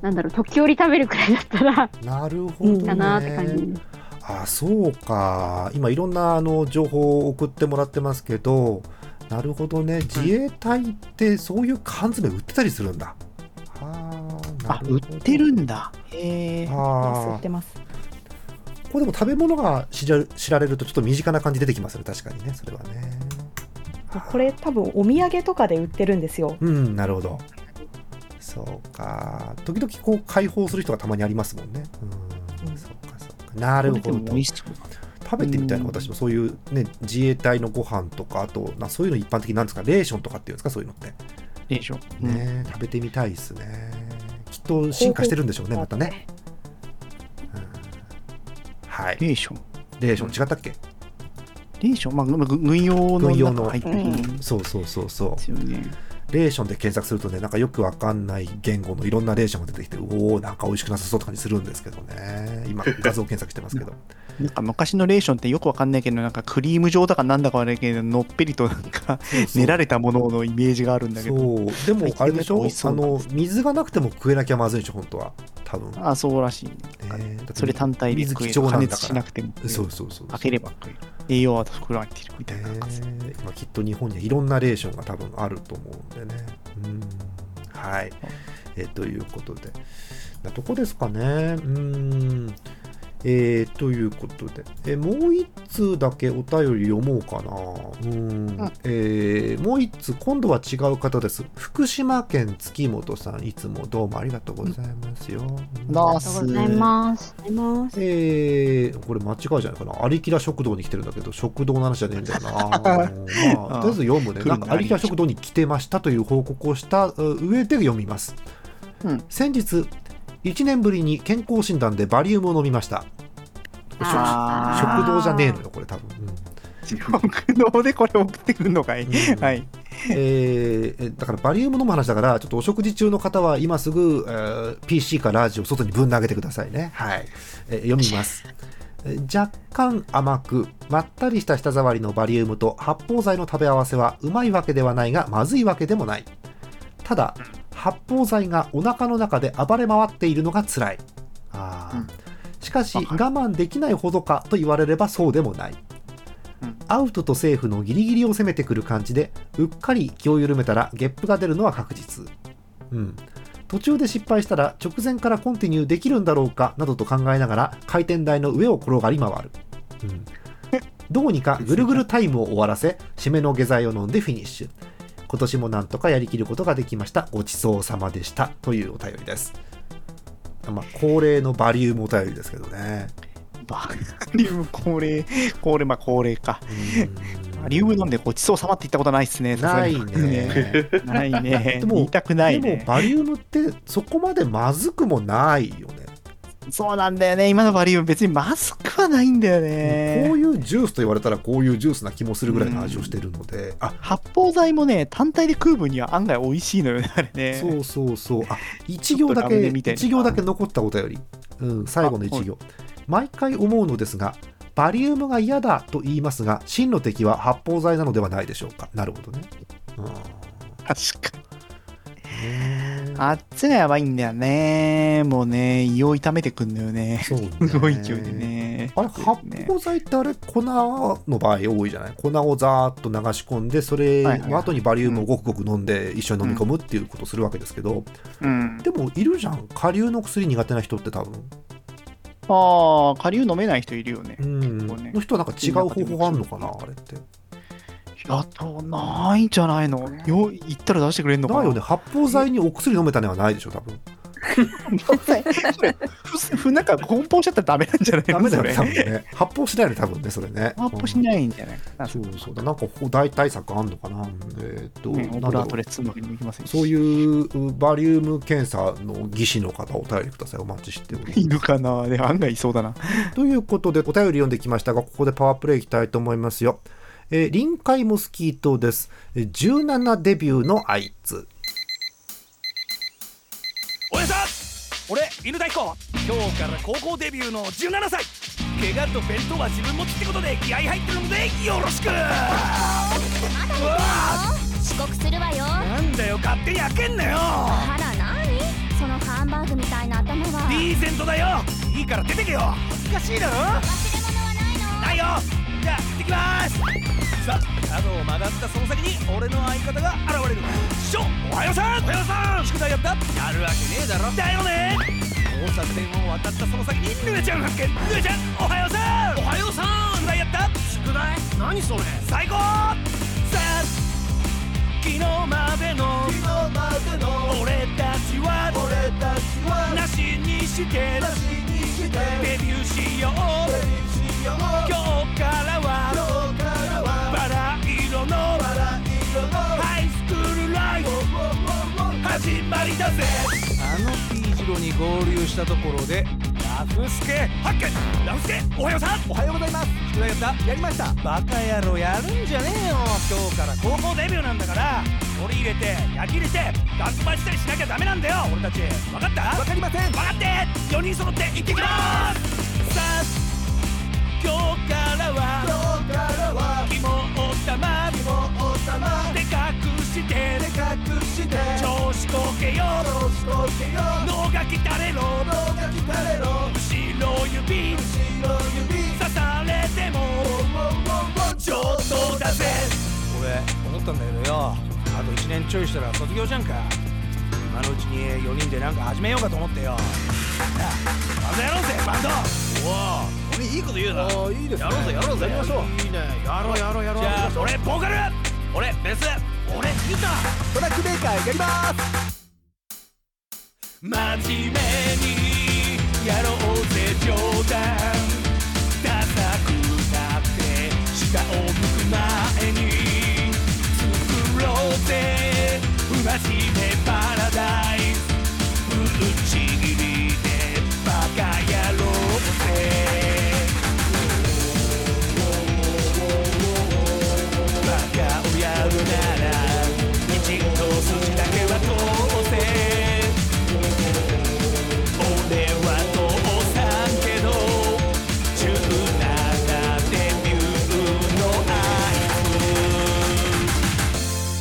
S9: なんだろう時折食べるくらいだったら
S2: あなるほど、
S8: いい
S2: ね、
S9: かなって感じです。
S2: あそうか今いろんなあの情報を送ってもらってますけどなるほどね自衛隊ってそういう缶詰売ってたりするんだ、はあな
S3: あ
S2: るほ
S3: 売
S2: ど
S3: ってるんだ。へえ。
S2: あ
S8: 売ってます。
S2: ーこれでも食べ物が知ら知られるとちょっと身近な感じ出てきますね確かにねそれはね
S8: これ多分お土産とかで売ってるんですよ。
S2: うんなるほどそうか時々こう解放する人がたまにありますもんねうんそうかそうかなるほど食べてみたいな私もそういうね自衛隊のご飯とかあとなそういうの一般的になんですかレーションとかっていうんですかそういうのって
S3: レーション
S2: ねえ食べてみたいですねきっと進化してるんでしょうねまたねうんはい
S3: レーション
S2: レーション違ったっけ
S3: レーションまあまあ軍軍用の
S2: 軍用
S3: 中
S2: の
S3: 入ってるんで
S2: そうそうそうそう
S3: すよね
S2: レーションで検索するとね、なんかよくわかんない言語のいろんなレーションが出てきて、おお、なんか美味しくなさそうとかにするんですけどね。 今、画像検索してますけど。
S3: なんか昔のレーションってよくわかんないけど、なんかクリーム状だかなんだかわかんないけど、のっぺりと なんか練られたもののイメージがあるんだけど。
S2: そう、でもあれでしょ
S3: 美
S2: あ
S3: 味しそうな
S2: の、水がなくても食えなきゃまずいでしょ、本当は。多分。
S3: あ、そうらしい。
S2: ねだって
S3: それ単体で
S2: 水
S3: 食え
S2: 貴
S3: る。
S2: 重な
S3: 加
S2: んだ
S3: 熱
S2: か
S3: し
S2: ら。
S3: なくても。
S2: そうそうそう。
S3: 開ければ食える。栄養は含まれているみたい
S2: ね
S3: な。
S2: 今きっと日本にはいろんなレーションが多分あると思うんでね。うんはい、えということで、なとこですかね。うんえーということで、えもう1通だけお便り読もうかな。うんえーもう1通、今度は違う方です。福島県月本さん、いつもどうもありがとうございますよ。うん
S3: ナー
S9: あり
S3: ス
S9: がとうございます。
S2: えーこれ間違いじゃないかな。アリキラ食堂に来てるんだけど、食堂の話じゃねえんだよな。 まあ、とりあえず読むね。
S3: 来る
S2: な
S3: なん
S2: かアリキラ食堂に来てましたという報告をしたう上で読みます。
S3: うん
S2: 先日、1年ぶりに健康診断でバリウムを飲みました。
S3: あ
S2: 食堂じゃねえのよ、これ多分。うん
S3: 食堂でこれ送ってくるのかい。
S2: うん
S3: はい。
S2: えーだからバリウム飲む話だから、ちょっとお食事中の方は今すぐ、えー PC かラジオを外にぶん投げてくださいね。はい。えー読みます。えー若干甘く、まったりした舌触りのバリウムと発泡剤の食べ合わせはうまいわけではないが、まずいわけでもない。ただ、発泡剤がお腹の中で暴れ回っているのが辛い。あー
S3: うん
S2: しかし、我
S3: わかる
S2: 慢できないほどかと言われればそうでもない。アウトとセーフのギリギリを攻めてくる感じでうっかり気を緩めたらゲップが出るのは確実うん途中で失敗したら直前からコンティニューできるんだろうかなどと考えながら回転台の上を転がり回る、うん、どうにかぐるぐるタイムを終わらせ締めの下剤を飲んでフィニッシュ今年もなんとかやりきることができましたごちそうさまでしたというお便りですまあ恒例のバリウムお便りですけどね
S3: バリウム高齢、高齢、まあ高齢か。バリウム飲んでごちそうさまって言ったことないっすね。さすがに
S2: ないね。
S3: ないね。
S2: でも
S3: 言いたくない
S2: でも
S3: ね。
S2: バリウムってそこまでまずくもないよね、
S3: そうなんだよね。今のバリウム別にマスクはないんだよね。
S2: こういうジュースと言われたらこういうジュースな気もするぐらいの味をしてるので、あ
S3: 発泡剤もね、単体で食う分には案外美味しいのよね、あれね。
S2: そうそうそうあ1行だ
S3: ちょっとラム
S2: け
S3: ネみたいな
S2: 一行だけ残ったお便り、うん、最後の1行毎回思うのですがバリウムが嫌だと言いますが真の敵は発泡剤なのではないでしょうかなるほどね、うん
S3: 確かに。
S2: ね
S3: あっちがやばいんだよね。もうね、胃を痛めてくんのよね。
S2: そうね
S3: すごい勢いでね。
S2: あれ発泡剤ってあれ粉の場合多いじゃない粉をざーっと流し込んでそれ
S3: はいはいはい
S2: の後にバリウムをごくごく飲んで一緒に飲み込むっていうことするわけですけど
S3: うん。
S2: でもいるじゃん下流の薬苦手な人って多分
S3: ああ、下流飲めない人いるよね
S2: う。ん
S3: 構ね
S2: の人はなんか違う方法があるのかなあれって
S3: いや、とないんじゃないの。よ、行ったら出してくれんのかな。
S2: だよね発泡剤にお薬飲めたのはないでしょ多分
S3: それふすふなんか梱包しちゃったらダメなんじゃないの
S2: ダメだよ
S3: そ
S2: ね
S3: れ
S2: 多分ね発泡しないよね多分ねそれね
S3: 梱包しないんじゃないかな。
S2: うんそうそうだなんか大対策あんのかなえーっと
S3: ね
S2: な
S3: オ
S2: ん
S3: ブ
S2: だろ
S3: ラ
S2: う
S3: ートレッツのにもいきませんし
S2: そういうバリウム検査の技師の方お便りくださいお待ちしております
S3: いるかなで案外いそうだな。
S2: ということで、お便り読んできましたが、ここでパワープレイいきたいと思いますよ。えー臨海モスキートです。えー17デビューのあいつ。
S11: 俺さ俺犬大彦今日から高校デビューの17歳怪我と弁当は自分持ちってことで気合入ってるのでよろしく
S4: まだ行くよ遅刻するわよ
S11: なんだよ勝手に開けんなよ
S4: あら何そのハンバーグみたいな頭は
S11: ディーゼントだよいいから出てけよ恥ずかしいだろ
S4: 忘れ物はないの
S11: ないよじゃあ行ってきますさあ角を曲がったその先に俺の相方が現れる師匠おはようさんおはようさん宿題やったやるわけねえだろだよね交差点を渡ったその先にぬえちゃん発見ぬえちゃんおはようさんおはようさん宿題やった宿題何それ最高さあ昨日までの俺たちはなしにしてデビューしよう今日からはバラ色のハイスクールライフ始まりだぜあの P 字路に合流したところでラフスケ発見ラフスケおはようさんおはようございます宿題やったやりましたバカ野郎やるんじゃねえよ今日から高校デビューなんだから取り入れて焼き入れてガンバしたりしなきゃダメなんだよ俺たち分かった分かりません分かって4人揃って行ってきますさあ今日からは肝を玉でかくしてでかくして調子こけよ脳がきたれろ後ろ指刺されても上等だぜ俺思ったんだけどよあと1年ちょいしたら卒業じゃんか今のうちに4人でなんか始めようかと思ってよなあバンドやろうぜバンドおお俺いいこと言うなあいいです、ね、やろうぜやろうぜやりましょういいねやろうやろうやろうじゃあ俺ボーカル俺ベース俺ギタートラックメーカーやります真面目にやろうぜ冗談ダサくなって下を向く前に作ろうぜ不真面目パラダイスぶっちぎりでバカ野郎ぜバカをやるならきちんと筋だけは通せ俺は父さんけど17デビューのアイ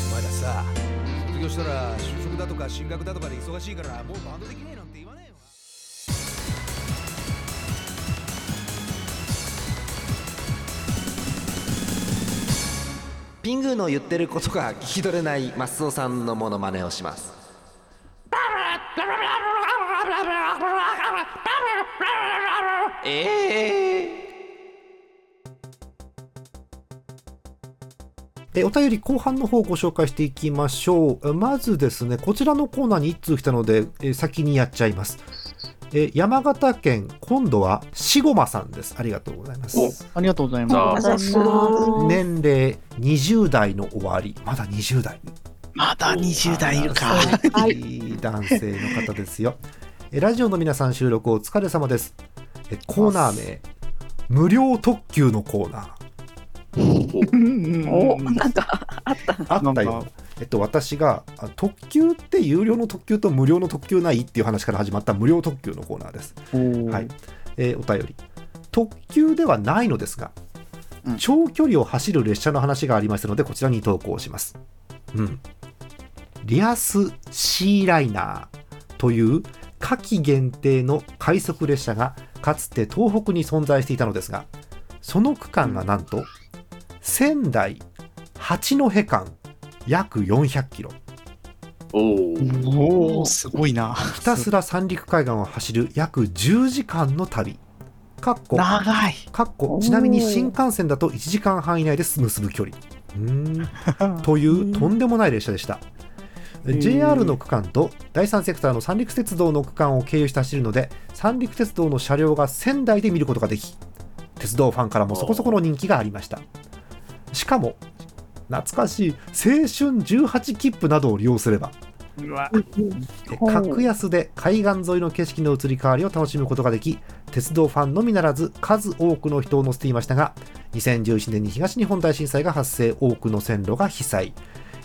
S11: お前らさ卒業したら就職だとか進学だとかで忙しいからもうバンドできねえなんて言わねえよ
S12: ピングーの言ってることが聞き取れないマスオさんのモノマネをしますええ
S2: えーお便り後半の方をご紹介していきましょう。えまずですね、こちらのコーナーに一通来たので、えー先にやっちゃいます。えー山形県、今度はしごまさんです。ありがとうございます。
S3: ありがとうござい
S8: ありがとうござい
S3: ま
S8: ますすありがとうござい
S2: 年齢20代の終わり、まだ20代。
S3: まだ20代いるか
S2: いい男性の方ですよ。えラジオの皆さん収録お疲れ様です。えコーナー名、無料特急のコーナ
S10: おなんか
S2: ー。あったよ。えっと、私があ特急って有料の特急と無料の特急ないっていう話から始まった無料特急のコーナーです。はいえーお便り。特急ではないのですが、長距離を走る列車の話がありましたので、こちらに投稿します。うん。リアスシーライナーという夏季限定の快速列車がかつて東北に存在していたのですがその区間がなんと仙台八戸間約400キロ
S3: おおすごいな
S2: ひたすら三陸海岸を走る約10時間の旅かっこ
S3: 長い
S2: かっこちなみに新幹線だと1時間半以内で結ぶ距離うーんというとんでもない列車でした JR の区間と第三セクターの三陸鉄道の区間を経由して走るので三陸鉄道の車両が仙台で見ることができ鉄道ファンからもそこそこの人気がありましたしかも懐かしい青春18切符などを利用すれば
S11: うわ
S2: え格安で海岸沿いの景色の移り変わりを楽しむことができ鉄道ファンのみならず数多くの人を乗せていましたが2011年に東日本大震災が発生多くの線路が被災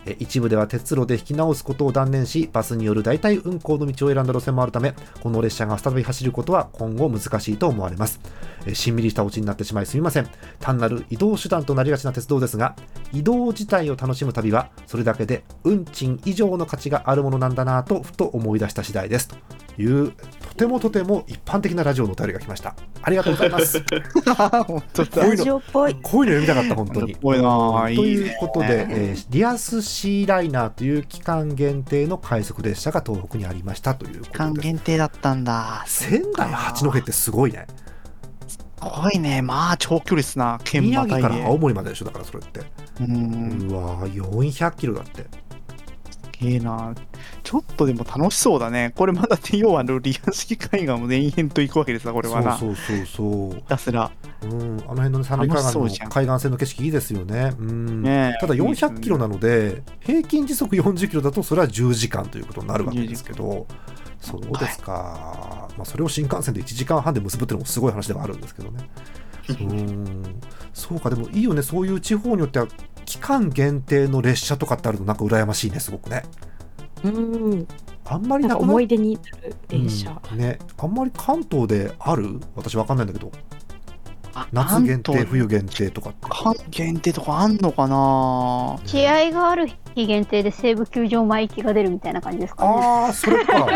S2: え一部では鉄路で引き直すことを断念しバスによる代替運行の道を選んだ路線もあるためこの列車が再び走ることは今後難しいと思われますえしんみりしたオチになってしまいすみません単なる移動手段となりがちな鉄道ですが移動自体を楽しむ旅はそれだけで運賃以上の価値があるものなんだなぁとふと思い出した次第ですというとてもとても一般的なラジオのお便りが来ましたありがとうございます
S3: 本当だ
S2: こういうの こういうの読みたかった本当に
S3: ぽいな
S2: と
S3: あ
S2: いうことで、
S3: いいね
S2: えーリアスシーライナーという期間限定の快速列車が東北にありましたということ
S3: 期間限定だったんだ
S2: 仙台八戸ってすごいね
S3: すごいねまあ長距離っすな県
S2: 宮
S3: また
S2: 城
S3: い
S2: か
S3: で
S2: ら青森まででしょだからそれって
S3: うん
S2: うわー400キロだって
S3: いいなちょっとでも楽しそうだねこれまだ要はあのリア式海岸も延々と行くわけですなこれはな
S2: そうそうそうそう
S3: ひたすら
S2: うん、あの辺の、ね、三陸海
S3: 楽し
S2: 岸
S3: そうじゃ
S2: の
S3: ん
S2: 海岸線の景色いいですよね。うん
S3: ねえ
S2: ただ
S3: いいですよね
S2: 400キロなので平均時速40キロだとそれは10時間ということになるわけですけどそうですか、まあ、それを新幹線で1時間半で結ぶっていうのもすごい話ではあるんですけどね。うんそうかでもいいよねそういう地方によっては期間限定の列車とかってあるとなんか羨ましいねすごくね。
S8: うん
S2: あんまりな
S8: なんか
S2: くない
S8: 思い出になる電車、
S2: うんねあんまり関東である私わかんないんだけど夏
S3: 関
S2: 限
S3: 東
S2: 定冬限定とかって
S3: 間限定とかあんのかな
S9: 試合がある日限定で西武球場前行きが出るみたいな感じですかね。
S2: ああ、それか。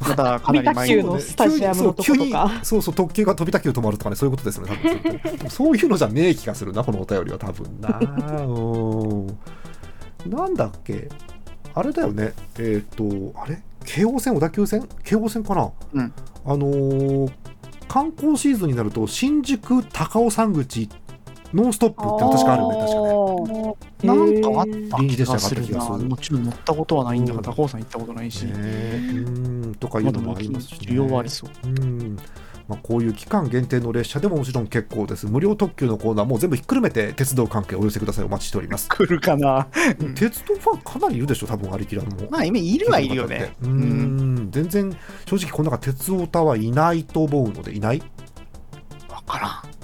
S3: まだかなり 前に
S8: スタジアムのとことか
S2: 急にそう急にそうそう特急が飛びた急止まるとかねそういうことですよね多分そうい うことそういうのじゃねえ気がするなこのお便りは多分なうーんなんだっけあれだよねえっ、とあれ京王線小田急線京王線かな、
S3: うん
S2: あのー観光シーズンになると新宿高尾山口ノンストップって確かあるよね確かね
S3: なんかあった
S2: 臨時
S3: 気
S2: 列車
S3: が
S2: があっ
S3: す
S2: た
S3: る
S2: 気
S3: な
S2: がする
S3: もちろん乗ったことはないんだから高尾さん行ったことないし、
S2: ねえうんとかいう
S3: ま
S2: の
S3: だ
S2: もあり
S3: 脇に
S2: ますし、ね、
S3: 需要はありそう
S2: うんまあ、こういう期間限定の列車でももちろん結構です無料特急のコーナーもう全部ひっくるめて鉄道関係お寄せくださいお待ちしております
S3: 来るかな
S2: 鉄道ファンかなりいるでしょ多分アリキラも
S3: まあ今いるはいるよね
S2: うん全然正直この中鉄オタはいないと思うのでいない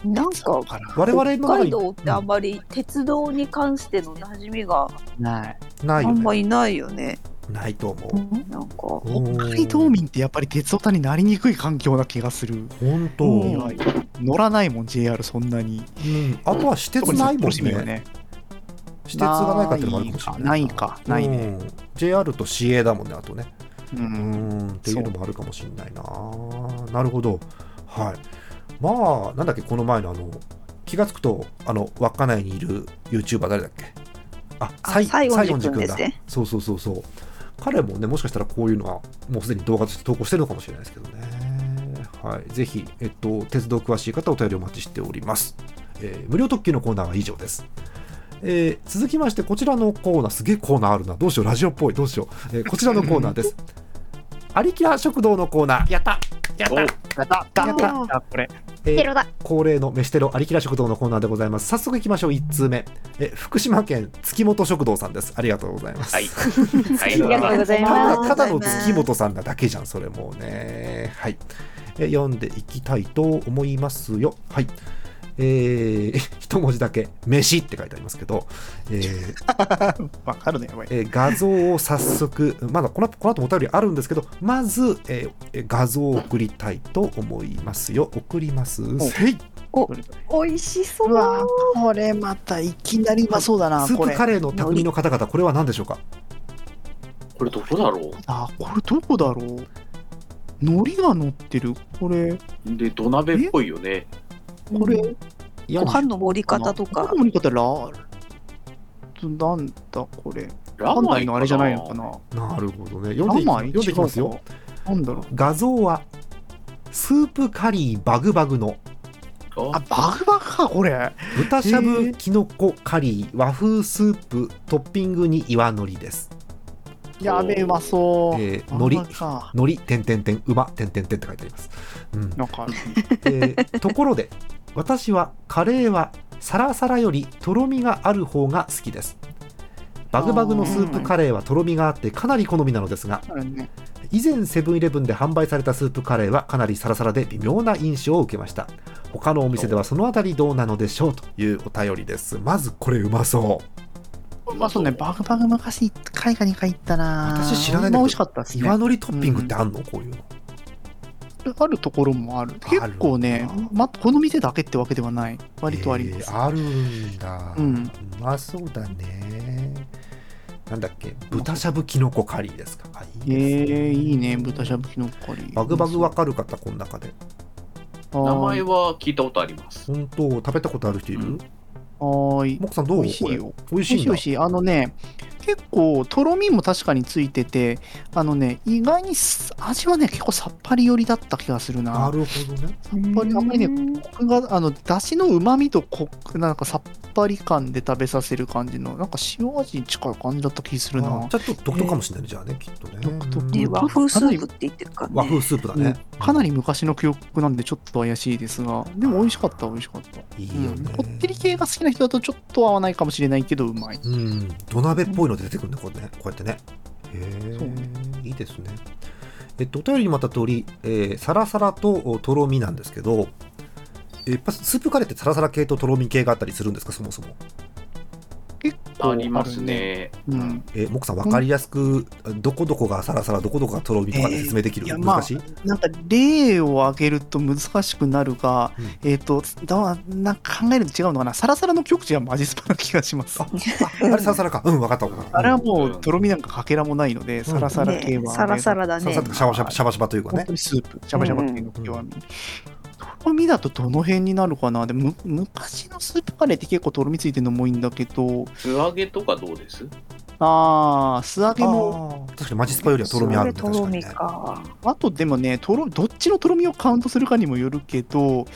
S10: なんか
S2: 我々の
S10: 北
S2: 中
S10: 海
S2: に
S10: 道ってあんまり鉄道に関しての馴染みが
S3: ない
S2: ない
S10: あ
S2: よ
S10: んま
S2: ね
S10: いないよね。
S2: ないと思う
S10: なんか
S3: 北海道民ってやっぱり鉄オタになりにくい環境な気がする
S2: 本当、
S3: うん乗らないもん JR そんなに
S2: うん、あとは私鉄ないもんね私鉄がないかっていうのもあるかもしれない
S3: ないかないね、
S2: うん JR と市営だもんねあとね
S3: うん
S2: うんっていうのもあるかもしれないななるほどはいまあなんだっけこの前のあの気がつくとあの稚内にいる YouTuber 誰だっけあ西
S10: 西園寺
S2: 西園寺
S10: 君で
S2: だ
S10: すね
S2: そうそうそうそう彼もねもしかしたらこういうのはもうすでに動画として投稿してるのかもしれないですけどねはいぜひえっと鉄道詳しい方お便りお待ちしております、えー無料特急のコーナーは以上ですえー続きましてこちらのコーナーすげえコーナーあるなどうしようラジオっぽいどうしよう、えーこちらのコーナーです アリキラ食堂のコーナーやったやったやったやった
S3: これ
S2: えー
S9: テロだ
S2: 恒例の飯テロありきら食堂のコーナーでございます早速いきましょう1通目えー福島県月本食堂さんですありがとうございます、はい、
S9: ありがとうございます
S2: ただただの月本さんなだけじゃんそれもうねはいえー読んでいきたいと思いますよはいえー、 一文字だけ「飯」って書いてありますけど、えー、
S3: わかるねやばい
S2: えー画像を早速、まだこのこの後もお便りあるんですけど、まず、えーえー画像を送りたいと思いますよ。送ります。せい
S3: 美味しそうわこれまたいきなりうまそうだな
S2: スー
S3: こ
S2: プ
S3: れ
S2: カレーの匠の方々、これは何でしょうか
S7: これどこだろ
S3: あこれどこだろう海苔が乗ってるこれ
S7: うで土鍋っぽいよね
S3: これ
S10: ご飯の盛り方とか
S3: この盛り方ラなんだこれ
S7: ラ
S3: 館
S7: マイかな
S3: 内のあれじゃないのかな
S2: なるほどね。読んでいき
S3: 生
S2: 読んでいきますよ。
S3: なんだろう
S2: 画像は、スープカリーバグバグの
S7: あ
S3: バグバグかこれ
S2: 豚しゃぶきのこカリー和風スープトッピングに岩のりです。
S3: やべえうまそう、
S2: えー、のり
S3: バグバグか、
S2: のり、てんてんてん、馬、てんてんてんって書いてあります。うん、
S3: なんか
S2: えーところで私はカレーはサラサラよりとろみがある方が好きですバグバグのスープカレーはとろみがあってかなり好みなのですが
S3: あるね
S2: 以前セブンイレブンで販売されたスープカレーはかなりサラサラで微妙な印象を受けました他のお店ではそのあたりどうなのでしょうというお便りですまずこれうまそう
S3: うまそうねバグバグ昔一回か二回行ったな
S2: 私知らないん
S3: ま
S2: だ
S3: 美
S2: け
S3: 味しかっ
S2: ど
S3: たですね
S2: 岩のりトッピングってあんのこういうの
S3: あるところもある結構ねまこの店だけってわけではない割とあります、
S2: あるんだ
S3: うん
S2: うまそうだねなんだっけ豚しゃぶきのこカリーですか。はい
S3: えー、いいね、豚しゃぶきのカリー。
S2: バグバグわかる方、この中で。
S7: 名前は聞いたことあります。
S2: 本当、食べたことある人いる、
S3: はーい。
S2: モクさんどう
S3: 美味しいよ
S2: こ。れ美味しいんだ
S3: 美味しい。あのね、結構、とろみも確かについてて、あのね、意外にす味はね、結構さっぱり寄りだった気がするな。
S2: なるほどね。
S3: さっぱり、あんまりね、コクが、あの、だしのうまみとコク、なんかさっぱり感で食べさせる感じの、なんか塩味に近い感じだった気するな。
S2: ちょっと独特かもしれない、じゃあね、きっとね。独
S3: 特
S10: で和風スープって言ってるからね
S2: 和風スープだね。
S3: かなり昔の記憶なんでちょっと怪しいですが、でも美味しかったは美味しかった。
S2: いい
S3: よね、こってり系が好きな人だとちょっと合わないかもしれないけど、うまい。
S2: うん、土鍋っぽいの出てくるね、これね、こうやってね。へ
S3: そう
S2: え、いいですね。えっと、お便りにもあった通り、えーサラサラとおとろみなんですけど、えーやっぱスープカレーってサラサラ系ととろみ系があったりするんですか、そもそも。
S7: ありますね。
S3: うん。
S2: えー、モクさん、分かりやすく、どこどこがサラサラ、どこどこがとろみとかで説明できる、
S3: いやま
S2: 難
S3: あ
S2: しい、
S3: なんか例を挙げると難しくなるが、えっ、とだなんか考えると違うのかなサラサラの極致はマジスパな気がしますあ
S2: あれサラサラかうん分かった分かった
S3: あれはもうとろみなんかかけらもないので、サラサラ系は、
S10: ねサラサラだね
S2: サラサラとかシャバシャバシャバシャバというか
S3: 本
S2: ね
S3: 当。にスープシャバシャバ系の極み、とろみだとどの辺になるかなでむ昔のスープカレーって結構とろみついてるのも多いんだけど
S7: 素揚げとかどうです
S3: ああ素揚げも
S2: 確かにマジスパよりはとろみあるね
S3: とろみかあとでもねとろどっちのとろみをカウントするかにもよるけど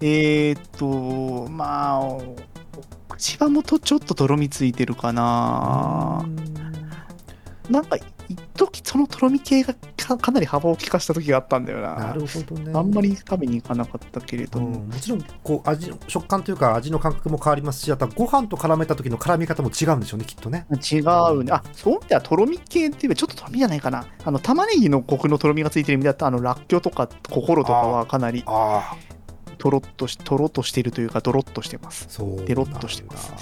S3: えーっとまあお口場元ちょっととろみついてるかななんか一時そのとろみ系がかかなり幅を利かした時があったんだよな
S2: なるほどね
S3: あんまり食べに行かなかったけれども、
S2: もちろんこう味の食感というか味の感覚も変わりますしあとはご飯と絡めた時の絡み方も違うんでしょうねきっとね
S3: 違うね。あ、そういう意味ではとろみ系っていうか、ちょっととろみじゃないかな。あの、玉ねぎのコクのとろみがついてる意味だと、あの、らっきょうとか、心とかはかなり、とろっとし、とろっとしてるというか、ドロッとしてます。
S2: そう。
S3: でろっとしてます。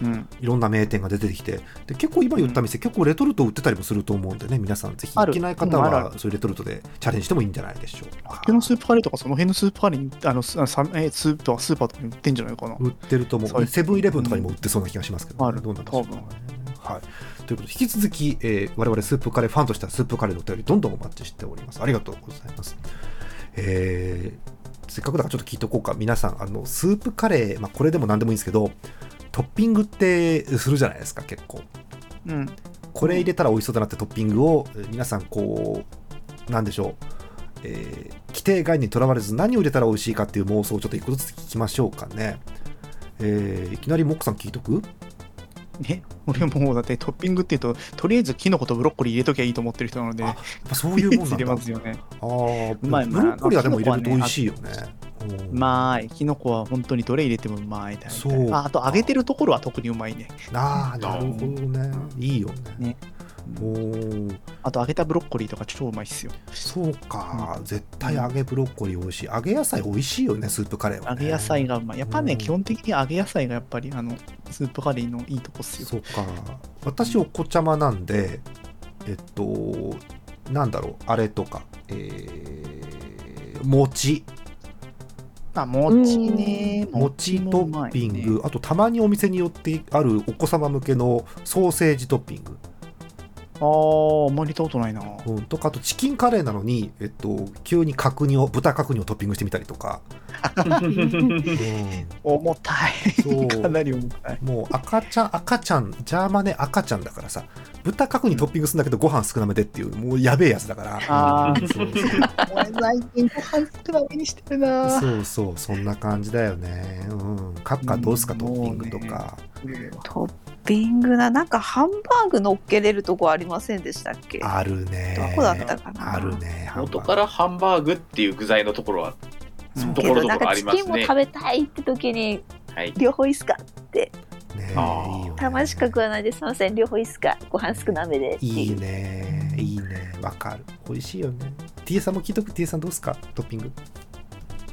S3: うん。
S2: いろんな名店が出てきてで結構今言った店、結構レトルト売ってたりもすると思うんでね皆さんぜひ
S3: あ
S2: 行
S3: る
S2: けない方
S3: うんあるあ
S2: は
S3: る
S2: そういうレトルトでチャレンジしてもいいんじゃないでしょうか
S3: らっきょうのスープカレーとか、その辺のスープカレーに、あの、すあのさえースープとかスーパーとかに売ってんじゃないかな。
S2: 売ってると思
S3: そう
S2: う
S3: です
S2: セブンイレブンとかにも売ってそうな気がしますけど、ねどうなんでしょうかねはい、ということで引き続き、えー我々スープカレーファンとしてはスープカレーのお便りどんどんお待ちしておりますありがとうございますえーせっかくだからちょっと聞いておこうか皆さんあのスープカレー、まあ、これでも何でもいいんですけどトッピングってするじゃないですか結構
S3: うん。
S2: これ入れたら美味しそうだなってトッピングをえー皆さんこうなんでしょう、えー規定概念にとらわれず何を入れたら美味しいかっていう妄想をちょっと一個ずつ聞きましょうかね、えーいきなりモックさん聞いとく
S3: ね、俺もうだってトッピングっていうと、とりあえずキノコとブロッコリー入れときゃいいと思ってる人なので、
S2: そういう もんなんだ
S3: 入れますよね。
S2: あー
S3: うまい
S2: ブロッコリーはでも入れると美味しいよね
S3: うまい。キノコは本当にどれ入れてもうまい。大体
S2: そう
S3: ああと揚げてるところは特にうまいね。
S2: ああなるほどねいいよ
S3: ね。
S2: お
S3: あと揚げたブロッコリーとか超うまいっすよ。
S2: そうか、絶対揚げブロッコリー美味しい揚げ野菜美味しいよねスープカレーは
S3: 揚げ野菜がうまい。やっぱね、基本的に揚げ野菜がやっぱりあのスープカレーのいいとこっすよ。
S2: そうか私お子ちゃまなんでえっとなんだろうあれとかえー、餅
S3: あ、餅ね。
S2: 餅トッピング、あとたまにお店によってあるお子様向けのソーセージトッピング、
S3: あー、あんまり見たことないな。
S2: うん、とかあとチキンカレーなのに、えっと、急に角煮を豚角煮をトッピングしてみたりとか、
S3: 重た
S2: い
S3: かなり重たい
S2: もう赤ちゃん赤ちゃんジャーマネ赤ちゃんだからさ豚角煮トッピングするんだけどご飯少なめでっていうもうやべえやつだから
S3: あ
S2: うんそうそう
S3: ー、俺最近ご飯少なめにしてるな。
S2: そうそう、そんな感じだよね。うん。カッカどうすか、トッピングとか。
S10: トッピングななんかハンバーグ乗っけれるとこありませんでしたっけ
S2: あるね。
S10: どこだったかな
S2: あるね。
S7: 元からハンバーグっていう具材のところは、と
S10: け
S7: ころ
S10: ど
S7: ど
S10: なん
S7: ころあ
S10: か
S7: り
S10: チ
S7: ま
S10: キ
S7: す
S10: ンも
S7: ね
S10: 食。べたいって時に
S7: はい。
S10: 両方いいっすかって
S7: あー
S10: たましか食わないですいません両方いいっすかご飯少なめで
S2: いいね。いいね。わかる。美味しいよね。T さんも聞いとく、T さんどうすか、トッピング。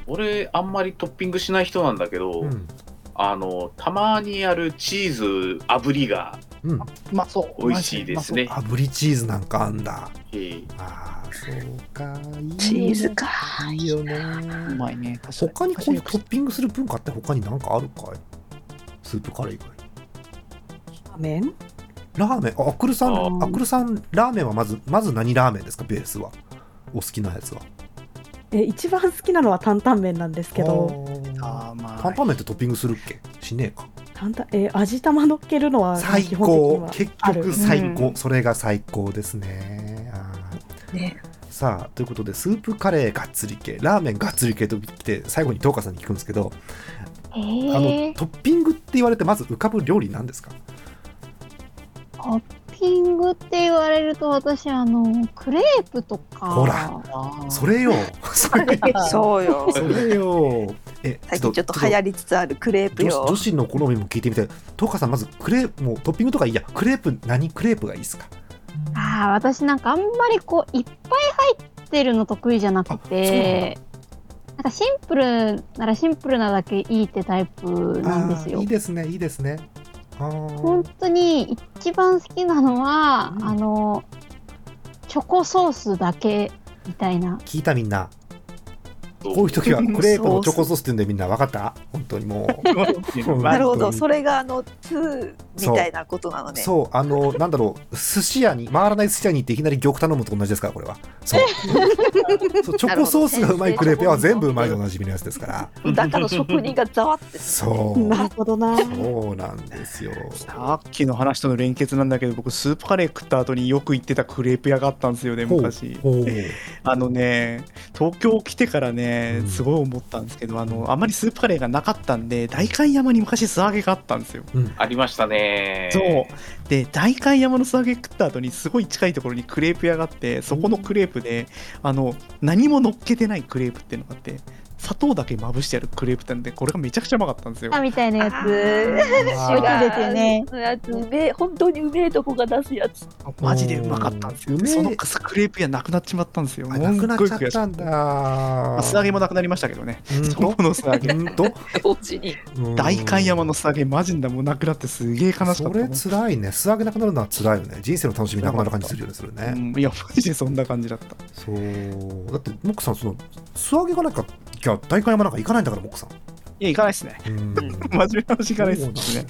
S7: 俺、あんまりトッピングしない人なんだけど、
S2: うん
S7: あの、たまにあるチーズ炙りが
S2: うん。
S3: まそう。
S7: 美味しいですね。
S2: 炙りチーズなんかあんだ。
S7: あ
S2: あ、そうか。
S3: チーズか。
S2: いいよね。う
S3: まいね。
S2: 他にこういうトッピングする文化って他に何かあるかいスープカレー以外に。
S8: ラーメン
S2: ラーメン、ああくるさん、あくるさん、ラーメンはまず、まず何ラーメンですか、ベースは。お好きなやつは。
S8: え一番好きなのは担々麺なんですけど
S2: あ担々麺ってトッピングするっけしねえか。
S8: 担々え味玉乗っけるのは
S2: 最
S8: 基
S2: 高
S8: 本的
S2: 結
S8: にはある
S2: 局最高、
S8: うん
S2: それが最高ですねあー
S10: ね
S2: さあということでスープカレーがっつり系ラーメンがっつり系と来て最後に東花さんに聞くんですけど、
S10: え
S2: あ
S10: ー
S2: の、トッピングって言われてまず浮かぶ料理なんですか
S9: トッピングって言われると私あのクレープとか
S2: ほらそれよそれ
S10: そうよ
S2: それ よえ
S10: 最近ちょっと流行りつつあるクレープ
S2: 女子
S10: よ
S2: 女子の好みも聞いてみたい東花さんまずクレープもうトッピングとかいいやクレープ何クレープがいいですか
S9: あー私なんかあんまりこういっぱい入ってるの得意じゃなくてなんかシンプルならシンプルなだけいいってタイプなんです
S2: あー
S9: よ
S2: いいですねいいですねあー
S9: 本当に一番好きなのは、あのチョコソースだけみたいな
S2: 聞いたみんなこういう時はクレープのチョコソースって言うんでみんな分かった本当にもう
S10: なるほど
S2: 本当に
S10: それがあの2みたいなことなのね
S2: そうあのなんだろう寿司屋に回らない寿司屋に行っていきなり玉頼むと同じですからこれはそうそうチョコソースがうまいクレープ屋は全部うまいでおなじみのやつですから
S10: だから職人がざわって
S2: そう
S8: なるほどな
S2: そうなんですよ
S3: さっきの話との連結なんだけど僕スープカレー食った後によく行ってたクレープ屋があったんですよね昔
S2: ほう
S3: あのね東京来てからねすごい思ったんですけど、あのあんまりスープカレーがなかったんで代官山に昔素揚げがあったんですよ、
S7: ありましたね。
S3: そうで代官山の素揚げ食った後にすごい近いところにクレープ屋があってそこのクレープで、あの何も乗っけてないクレープっていうのがあって砂糖だけまぶしてあるクレープってんでこれがめちゃくちゃうまかったんですよ
S9: みたいなやつ
S3: ー
S9: よく出てね
S10: あーやつうめえ本当にうめえとこが出すやつ
S3: マジでうまかったんですよ。でそのクレープ屋なくなっちまったんですよ。
S2: なくなっちゃっ
S3: す
S2: た
S3: っ
S2: んだ
S3: ごい悔しい素揚げもなくなりましたけどね。
S2: うんと
S3: そこの素揚げ。
S2: うんと
S10: 同時に
S3: 大観山の素揚げマジでもうなくなってすげえ悲しかった。
S2: それ辛いね素揚げなくなるのは辛いよね人生の楽しみなくなる感じするよねそれね、
S3: うんいやマジでそんな感じだった
S2: そうだってモックさんその素揚げがなんかいや代官山なんか行かないんだからモックさん
S3: いや行かないですね。真面目な話行かないですね。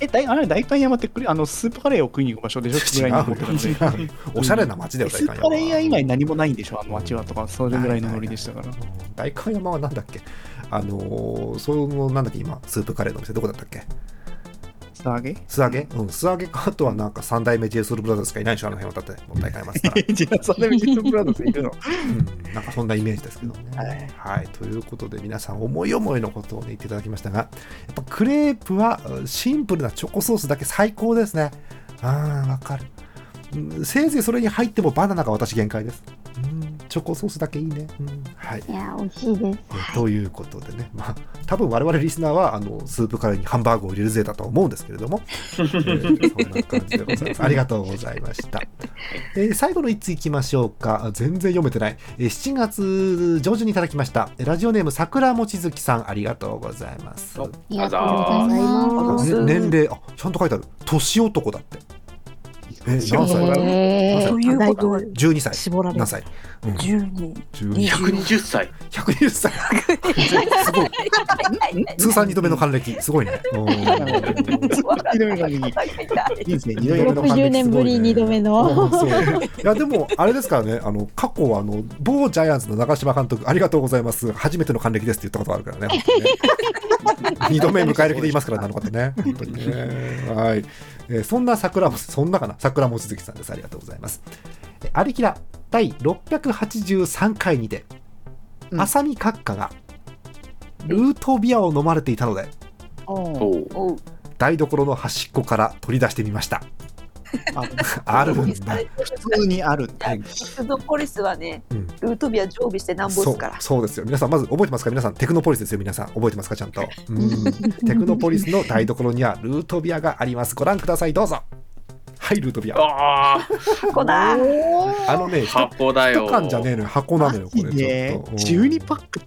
S3: え、大あれ大観山ってクレあのスープカレーを食いに行く場所でしょ
S2: 違う
S3: ぐらい
S2: よ
S3: のことなので
S2: 違うおしゃれな街だよ
S3: スープカレー屋以外何もないんでしょあの街はとかそれぐらいのノリでしたから。
S2: 代官山はなんだっけあのー、そのなんだっけ今スープカレーのお店どこだったっけ
S3: 素揚げ
S2: 素揚げうん素揚げかあとはなんか三代目 j ソ u l b r o t h e しかいないでしょあの辺はだってもう代官山ですから
S3: 三代目 j ソ u l b r o t h e いる の
S2: うんなんかそんなイメージですけどね。はい、ということで皆さん思い思いのことを、ね、言っていただきましたがやっぱクレープはうんシンプルなチョコソースだけ最高ですね。あーわかる、うんせいぜいそれに入ってもバナナが私限界です。うんチョコソースだけいいね。うんはい
S9: いや美味しいです
S2: えということでね、まあ、多分我々リスナーはあのスープカレーにハンバーグを入れるぜだとは思うんですけれど も、えーそんな感じでございます。ありがとうございました。えー最後の1通いきましょうか。あ全然読めてない。えー7月上旬にいただきました。えーラジオネーム桜もちづきさん、ありがとうございます。
S9: りがとうございます
S2: ね年齢、あちゃんと書いてある。年男だって。えー何歳
S9: へー
S2: 何歳
S9: ということは
S2: 12歳。
S8: 絞られる
S2: 何歳、うん、
S10: 12
S2: 120
S7: 歳。
S2: 120歳。すごい。通算2度目の還暦。すごいね。うん
S3: 二度目の還暦。
S2: いいですね。二度目の還
S9: 60
S2: 暦す
S9: 年
S2: ご
S9: ぶ
S2: い
S9: り
S2: ね。
S9: 2度目
S2: うんそうい
S9: の
S2: やでもあれですからねあの過去はあの某ジャイアンツの長嶋監督ありがとうございます初めての還暦ですって言ったことあるからね2度目迎える気で言いますからなのかってね本当にねはい、えーそんな桜もそんなかな桜望月さんですありがとうございますえアリキラ第683回にて浅見閣下がルートビアを飲まれていたので
S10: おう
S2: 台所の端っこから取り出してみました あるんだ
S3: 普通にあるん
S10: だテクノポリスはね、ルートビア常備してなんぼっ
S2: そ
S10: す
S2: う
S10: から
S2: そうですよ皆さんまず覚えてますか皆さんテクノポリスですよ皆さん覚えてますかちゃんとうんテクノポリスの台所にはルートビアがありますご覧くださいどうぞはいルートビア
S7: あ
S10: こだ
S2: あのね
S7: 箱だよ
S2: 一缶じゃねえのよ箱なのよこれちょっと12
S3: パック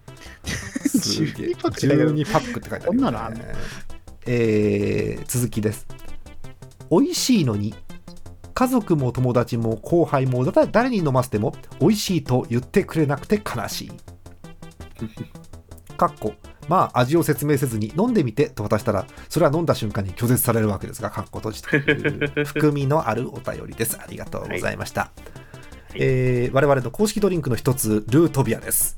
S2: 12パック12パックって書いてあるよ、ね、えー続きです美味しいのに家族も友達も後輩もだ誰に飲ませて も美味しいと言ってくれなくて悲しいかっこまあ味を説明せずに飲んでみてと渡したらそれは飲んだ瞬間に拒絶されるわけですがかっこ閉じという含みのあるお便りですありがとうございました、えー我々の公式ドリンクの一つルートビアです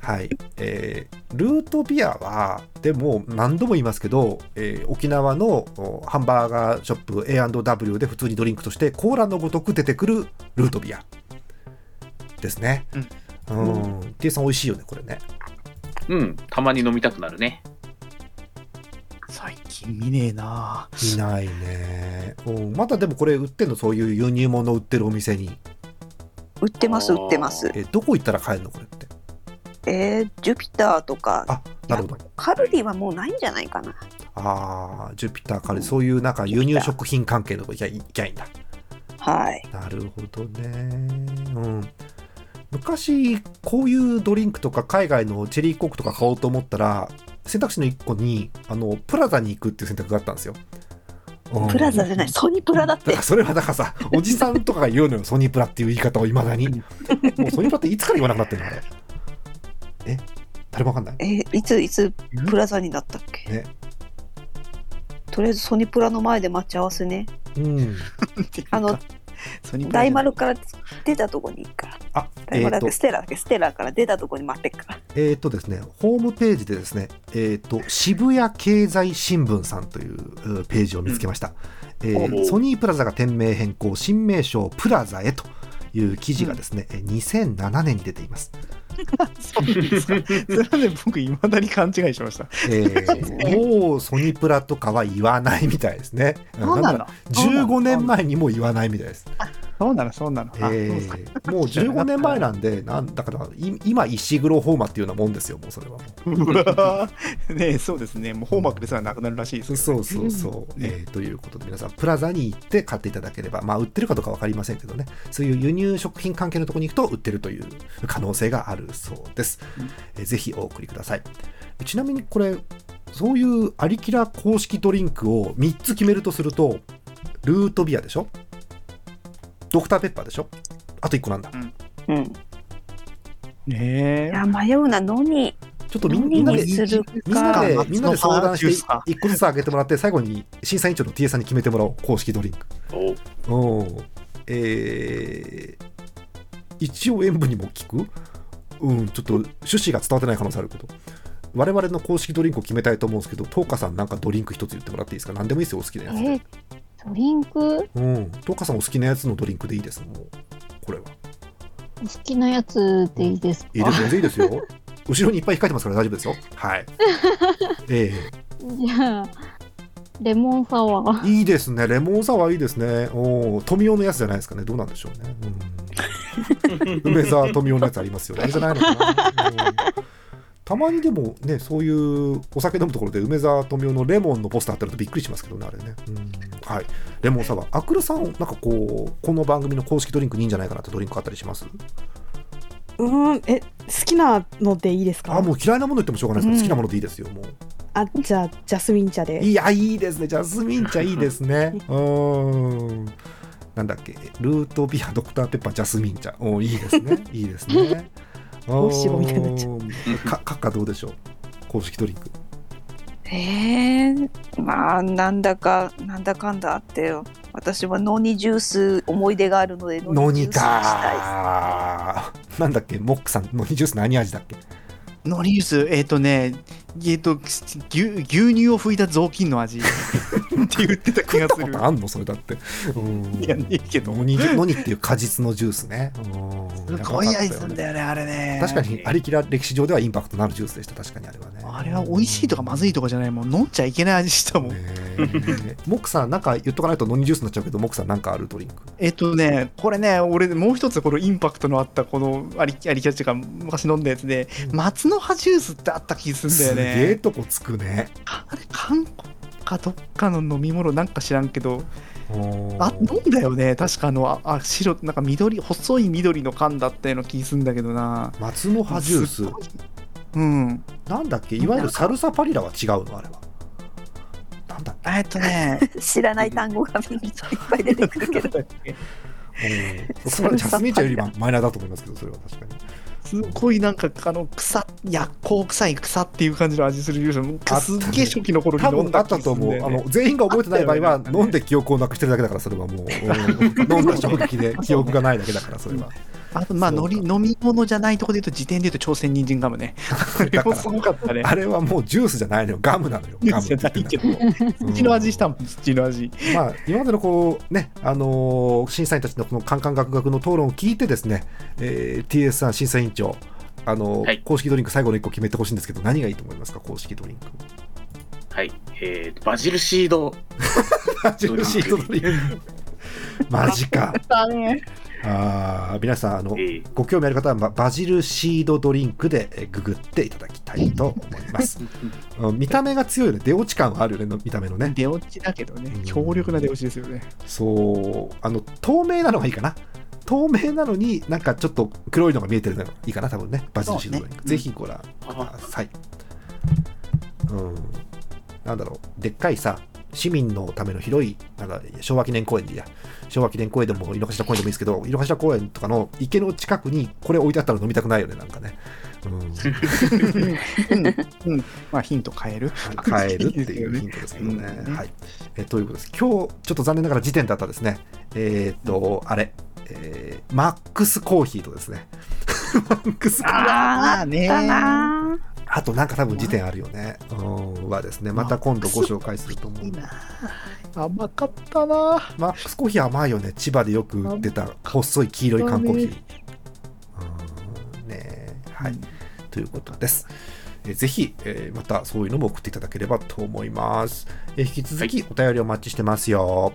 S7: はい、
S2: えールートビアはでも何度も言いますけど、えー沖縄のおハンバーガーショップ A&W で普通にドリンクとしてコーラのごとく出てくるルートビアですねうん、T さん美味しいよねこれね
S7: うん、たまに飲みたくなるね。
S3: 最近見ねえなあ
S2: いないね、うん、まだでもこれ売ってんのそういう輸入物売ってるお店に
S10: 売ってます売ってます
S2: えどこ行ったら買えるのこれって
S10: えー、ジュピターとか
S2: なるほど
S10: カルディはもうないんじゃないかな
S2: ああジュピターカレー、そういうなんか輸入食品関係のとこ行きゃいきゃいいんだ
S10: はい
S2: なるほどねうん昔こういうドリンクとか海外のチェリーコークとか買おうと思ったら選択肢の1個にあのプラザに行くっていう選択があったんですよ、うん
S10: プラザじゃないソニプラだっ
S2: だ
S10: て
S2: からそれはだからさ、おじさんとかが言うのよ、ソニープラっていう言い方をいまだに。もうソニープラっていつから言わなくなってるのあれ。え誰もわかんない。
S10: えいついつプラザになったっけ、
S2: ね
S10: とりあえずソニプラの前で待ち合わせね
S2: うん。
S10: あの
S3: ソニプラ
S10: 大丸から出たとこに行くから
S2: あ、
S10: 大
S2: えっ、
S10: 丸だっけ
S2: と、
S10: ステラだっけステラから出たとこに待ってっから
S2: えーとですね、ホームページでですね、えっ、と、渋谷経済新聞さんといううページを見つけました。えー
S12: お
S2: ソニープラザが店名変更、新名称プラザへという記事がですね、えー2007年に出ています。
S3: そうなんですかそれまで僕いまだに勘違いしました
S2: え ーもうソニプラとかは言わないみたいですね。
S3: そうなの
S2: だ15年前にもう言わないみたいです。
S3: そうなのそうなのあ
S2: え
S3: そうですか
S2: ーもう15年前なんで、なんだからい今、石黒ホーマっていうようなもんですよ、もうそれはも
S3: うわーねえそうですねもうホーマークですらなくなるらしいです
S2: う。そうそうそう、えーということで、皆さん、プラザに行って買っていただければ、まあ、売ってるかどうか分かりませんけどね、そういう輸入食品関係のところに行くと売ってるという可能性があるそうです。えーぜひお送りください。ちなみにこれ、そういうアリキラ公式ドリンクを3つ決めるとすると、ルートビアでしょドクターペッパーでしょあと1個なんだ。
S10: うん
S3: ね
S10: いや迷うなのに
S2: ちょっとみんみんなで、
S10: にするか
S2: みんなで、みんなで相談
S3: 夏の花ジュー
S2: し
S3: ス
S2: て、一個ずつ上げてもらって、最後に審査委員長の TA さんに決めてもらおう、公式ドリンク。
S7: お
S2: おうえー、一応塩分にも効くうん、ちょっと趣旨が伝わってない可能性あるけど。我々の公式ドリンクを決めたいと思うんですけど、トーカさんなんかドリンク一つ言ってもらっていいですか何でもいいですよ、お好きな
S9: え
S2: やつ。
S9: ードリンク
S2: うん、トーカさんお好きなやつのドリンクでいいです、もう。これは。
S9: 好きなやつでいいですか
S2: いいです、全然いいです よ。後ろにいっぱい控えてますから大丈夫ですよ。はい。ええ
S9: じゃあレモンサワー
S2: いいですね、レモンサワーいいですね。おお、富雄のやつじゃないですかね、どうなんでしょうね。うん、梅沢富雄のやつありますよね、あれじゃないのかな。うんたまにでもね、そういうお酒飲むところで梅沢富美男のレモンのポスターあってるとびっくりしますけどね、あれね。うんはい、レモンサワー。アクルさん、なんかこう、この番組の公式ドリンクにいいんじゃないかなってドリンクあったりします
S8: うーんえ好きなのでいいですか
S2: あ、もう嫌いなもの言ってもしょうがないですから、
S8: うん
S2: 好きなものでいいですよ、もう。
S8: あじゃあジャスミン茶で
S2: いや、いいですね。ジャスミン茶いいです ね。うーん。なんだっけ、ルートビア、ドクターペッパー、ジャスミン茶。おーいいで すね。いいですね。
S8: おしぼみたいになっちゃ
S2: う。か、かっかどうでしょう。公式ドリンク。
S10: えー、まあなんだかなんだかんだあってよ私はノニジュース思い出があるので
S2: ノ
S10: ジ
S2: ニ
S10: ュースにした
S2: かー。なんだっけ、モックさん、ノニジュース何味だっけ。
S3: ノリースえっ、とねえっ、と牛牛乳を拭いた雑巾の味って言ってた気がする
S2: あんの、それだって。うん。いや、ねえけど。ノニ、ノニっていう果実のジュースね。うん。
S3: すごい味すんだよねあれね
S2: 確かに、アリキラ歴史上ではインパクトのあるジュースでした。確かにあれはね。
S3: あれは美味しいとかまずいとかじゃないもん飲んじゃいけない味したもん
S2: モックさん、なんか言っとかないとノニジュースになっちゃうけど、モックさん、なんかあるドリンク。
S3: えっとね、これね、俺、もう一つ、このインパクトのあった、このありありキャッチが昔飲んだやつで、松の葉ジュースってあった気す
S2: す
S3: るんだよ
S2: げえ
S3: ね。
S2: とこつくね。
S3: 韓国かどっかの飲み物なんか知らんけど、あ
S2: あ
S3: 飲んだよね、確かあの、ああ白、なんか緑、細い緑の缶だったような気するんだけどな。
S2: 松の葉ジュース。
S3: うん。
S2: なんだっけ、いわゆるサルサパリラは違うの、あれは。
S3: えっとね、
S10: 知らない単語がいっぱい出てくるけど
S2: うんそれはジャスミン茶よりマイナーだと思いますけど、それは確かに。
S3: すごいなんかあの草薬効臭い草っていう感じの味する優勝すっげえ初期の頃に
S2: 多
S3: 飲ん
S2: 分
S3: だ
S2: あったと思う、あの全員が覚えてない場合は、飲んで記憶をなくしてるだけだから、それはもう、うん飲んだ衝撃で記憶がないだけだから、それは。
S3: あとまあのり飲み物じゃないとこで言うと時点で言うと朝鮮人参ガ ムね
S2: だから
S3: すごかったね
S2: あれはもうジュースじゃないのよ、ガムなのよ、 ガムって言ってんだけど。
S3: 土の味したもん土の味
S2: まあ、今までのこう、ねあのー審査員たちのこのカンカンガクガクの討論を聞いてですね、えー TS さん審査委員長、あのー公式ドリンク最後の1個決めてほしいんですけど何がいいと思いますか公式ドリンク
S7: はい、えー、バジルシード。
S2: バ ジルシードドリンク。マジ か
S3: だね
S2: あー皆さんあの、ご興味ある方は、まバジルシードドリンクでえーググっていただきたいと思い ます。うん見た目が強いよね、出落ち感はあるよね、の見た目のね。
S3: 出落ちだけどね、強力な出落ちですよね。
S2: そう、あの、透明なのがいいかな。透明なのに、なんかちょっと黒いのが見えてるのがいいかな、多分ね、バジルシードドリンク。
S3: そうね
S2: ぜひご覧ください。うん、なんだろう、でっかいさ、市民のための広い、なんか昭和記念公園でいいや、昭和記念公園でも井の頭公園でもいいですけど、井の頭公園とかの池の近くにこれ置いてあったら飲みたくないよね、なんかね。
S3: うん、うん、まあヒント変える。
S2: 変えるっていうヒント ですけどね。はい、えということです。今日ちょっと残念ながら時点だったですね。えーっと、あれ、えーマックスコーヒーとですね。 マックスコーヒ
S3: あーねー。
S2: あとなんか多分時点あるよね。うん、はですね、また今度ご紹介すると思う。
S3: 甘かったなー。
S2: マックスコーヒー甘いよね。千葉でよく売ってた細い黄色い缶コーヒー。うんねはい、ということです。えーぜひ、えーまたそういうのも送っていただければと思います。えー引き続きお便りお待ちしてますよ。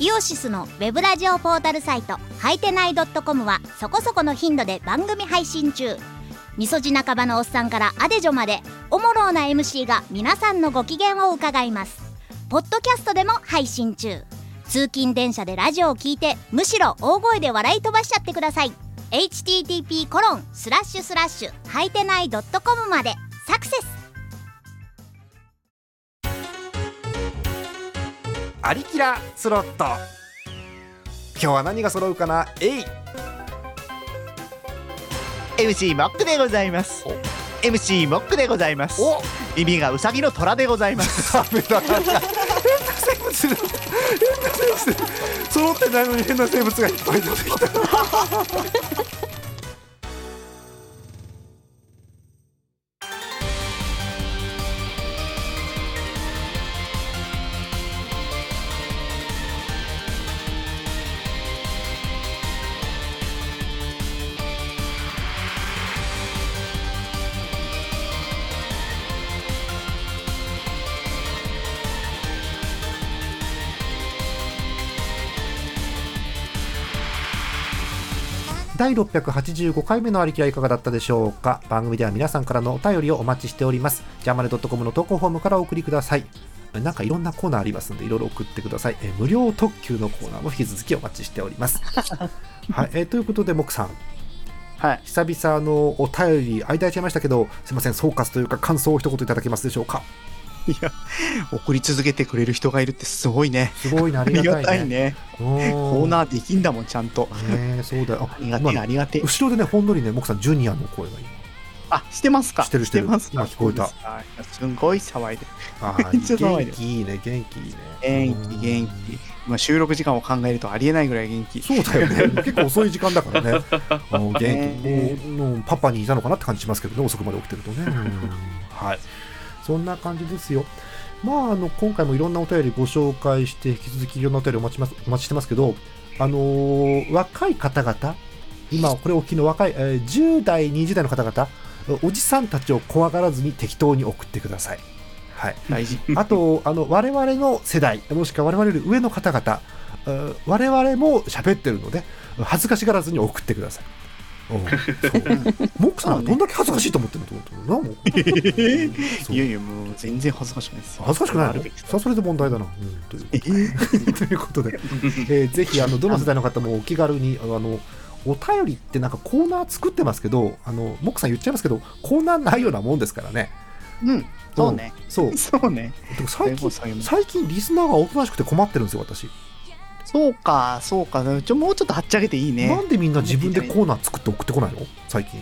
S4: イオシスのウェブラジオポータルサイトはいてない .com はそこそこの頻度で番組配信中みそじ半ばのおっさんからアデジョまでおもろうな MC が皆さんのご機嫌を伺いますポッドキャストでも配信中通勤電車でラジオを聞いてむしろ大声で笑い飛ばしちゃってください http コロンスラッシュスラッシュはいてない .com までサクセス
S2: アリキラスロット今日は何が揃うかなえい
S3: MC モックでございます。MC モックでございます。耳がウサギの虎でござ います。
S2: 変な生物揃ってないのに変な生物がいっぱい出てきた第685回目のありきらいかがだったでしょうか番組では皆さんからのお便りをお待ちしておりますジャーマネドットコムの投稿フォームからお送りくださいなんかいろんなコーナーありますんでいろいろ送ってくださいえー無料特急のコーナーも引き続きお待ちしており ますはい、えーということでモクさん
S3: はい、
S2: 久々のお便り間空いちゃいましたけどすいません総括というか感想を一言いただけますでしょうか
S3: いや送り続けてくれる人がいるってすごいね。
S2: すごいねありがたいね
S3: ありがたいねコーナーできんだもん、ちゃんと。
S2: ねえそうだよあ
S3: りがてえありがてえ
S2: 後ろでねほんのりねモクさんジュニアの声が今
S3: あ、してますか
S2: してるしてる
S3: ます
S2: 今聞こえた
S3: あすごい騒いで
S2: あ。
S3: めっちゃ
S2: ー
S3: 騒い
S2: 元
S3: で。
S2: 気いいね元気いいね
S3: 元気、元気。今、収録時間を考えるとありえないぐらい元気。
S2: そうだよね。結構遅い時間だからね。あの元気、
S3: ね
S2: もうもうパパにいたのかなって感じしますけどね、遅くまで起きてるとね。うんはい。そんな感じですよ。まあ、あの、今回もいろんなお便りご紹介して、引き続きいろんなお便りお待ちますお待ちしてますけど、あのー若い方々、今、これお聞きの若い、えー10代、20代の方々、おじさんたちを怖がらずに適当に送ってください。はい、あとあの我々の世代もしくは我々より上の方々えー我々も喋ってるので恥ずかしがらずに送ってください。うんそうモックさんはどんだけ恥ずかしいと思ってると思ってるなもう
S3: いやいや、もう全然恥ずかしくないです。
S2: 恥ずかしくない
S3: ある
S2: の
S3: べき
S2: さあそれで問題だな、うんという ことでということで、えーぜひあのどの世代の方もお気軽にあのお便りってなんかコーナー作ってますけどあのモックさん言っちゃいますけどコーナーないようなもんですからね
S3: うんそうね
S2: そう
S3: そうね
S2: でも最近最近リスナーがおとなしくて困ってるんですよ私
S3: そうか、そうか。ちょもうちょっとはっちゃげていいね。
S2: なんでみんな自分でコーナー作って送ってこないの最近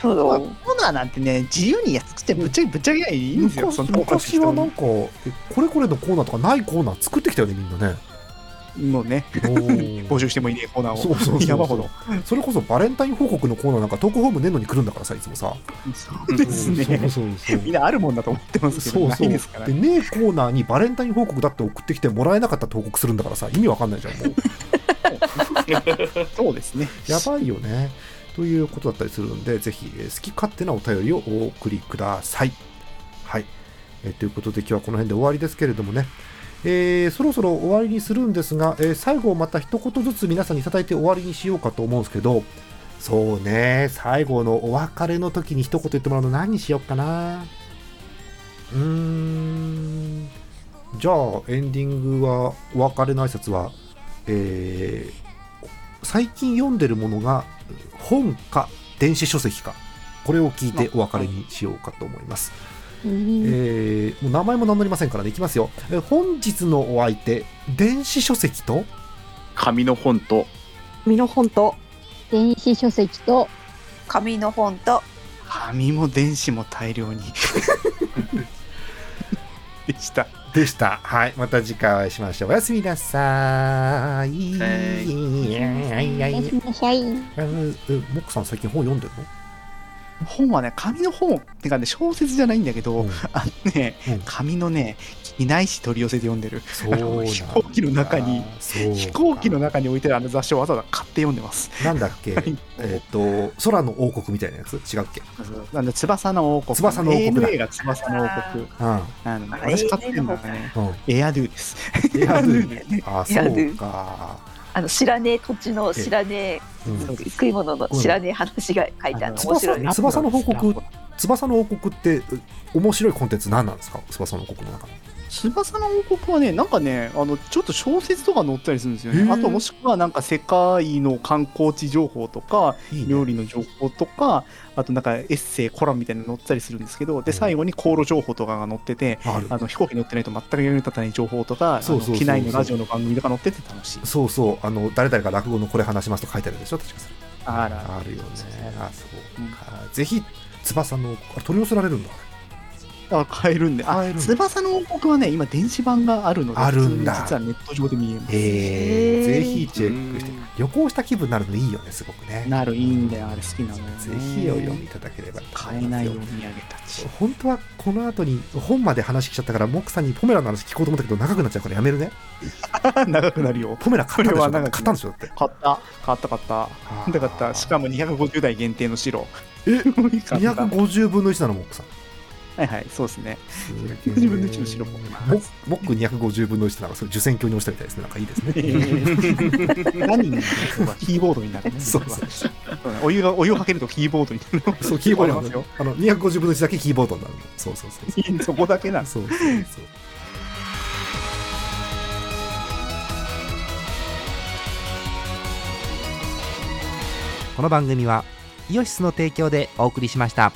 S3: そうコーナーなんてね、自由にやっつってぶっちゃけぶっちゃけりゃいいんですよ。
S2: 昔
S3: そんなこと
S2: 昔はなんかえこれこれのコーナーとかないコーナー作ってきたよねみんなね
S3: もうね
S2: 募
S3: 集してもいいねコーナーを
S2: そうそうそう
S3: 山ほど
S2: それこそバレンタイン報告のコーナーなんかトークホーム年度に来るんだからさいつもさ
S3: そうですね
S2: そうそうそう
S3: みんなあるもんだと思ってますけど、ないですから
S2: で。ねえコーナーにバレンタイン報告だって送ってきてもらえなかったら報告するんだからさ意味わかんないじゃんもう
S3: そうですね
S2: やばいよねということだったりするのでぜひえー好き勝手なお便りをお送りくださいはいえーということで今日はこの辺で終わりですけれどもねえーそろそろ終わりにするんですが、えー最後また一言ずつ皆さんにいただいて終わりにしようかと思うんですけどそうね最後のお別れの時に一言言ってもらうの何にしようかなうーんじゃあエンディングはお別れの挨拶は、えー最近読んでるものが本か電子書籍かこれを聞いてお別れにしようかと思います、えーもう名前も名乗りませんからねいきますよ、えー本日のお相手電子書籍と
S7: 紙の本と
S10: 身の本と
S9: 電子書籍と
S10: 紙の本と
S3: 紙も電子も 大量に。
S2: でしたでしたはいまた次回お会いしましょうおやすみなさーい、
S9: おやすみなさい。
S2: えーえモックさん最近本読んでるの
S3: 本はね、紙の本ってかね、小説じゃないんだけど、あのね、紙のね、機内紙取り寄せて読んでる。
S2: う
S3: あの飛行機の中に、飛行機の中に置いてあるあの雑誌をわざわざ買って読んでます。
S2: なんだっけ、えっと、空の王国みたいなやつ違うっけ
S3: なんで、翼の王国。
S2: 翼の王国だ
S3: ANA が翼の王国。
S2: うん。
S3: あの私買ってるのはね、
S2: エ
S3: アドゥです。
S2: エアドゥ。あ、
S10: エア
S2: そ
S10: ドゥ
S2: うか。
S10: あの知らねえ土地の知らねえ、
S2: うん
S10: 食い物の知らねえ話が書いてあるの面白い
S2: 翼翼の報告、翼の王国ってう面白いコンテンツ何なんですか翼の王国の中の。
S3: 翼の王国はね、なんかね、あのちょっと小説とか載ったりするんですよ
S2: へ
S3: ね。
S2: ー
S3: あともしくはなんか世界の観光地情報とか、料理の情報とか、あとなんかエッセイ、コラムみたいなの載ったりするんですけど、で、最後に航路情報とかが載ってて、
S2: あ
S3: の飛行機乗ってないと全く役に立たない情報とか、あ
S2: そう
S3: の
S2: そうそうそう
S3: 機内のラジオの番組とか載ってて 楽しい。
S2: そうそう、あの、誰々が落語のこれ話しますと書いてあるでしょ、確かそれ
S3: あら
S2: あるよね。あ、そうか。ぜひ、翼の、あ取り寄せられるんだ。
S3: あ買えるんで、あ翼の王国はね、今、電子版があるので、
S2: あるんだ
S3: 普通に実はネット上で見えます。
S2: えー、ぜひチェックして、旅行した気分になるのいいよね、すごくね。
S3: なるいいんだよ、あれ好きなのよ、ね。
S2: ぜひお読みいただければと
S3: 買えないお土産たち。
S2: 本当はこの後に本まで話来ちゃったからモクさんにポメラの話聞こうと思ったけど長くなっちゃうからやめるね
S3: 長くなるよ
S2: ポメラ買ったでしょ
S3: これは長くなる
S2: 買ったんでしょだって
S3: 買った、買った、買った。買った、買った。しかも250台限定の白。
S2: え250分の1なのモックさん
S3: はいはい、そうですね。250分の1の白も。
S2: モモック250分の1ってなんかそれ受選挙に押したみたいですねなんかいいですね
S3: 何に なるのキーボードになるね。
S2: そう
S3: そうお湯がお湯をかけるとキーボードになる。
S2: そうキーボード
S3: あり
S2: な
S3: ますよ
S2: の。あの250分の1だけキーボードになるのそうそうそう
S3: そうそこだけなん
S2: そうそうそう
S6: この番組はイオシスの提供でお送りしました。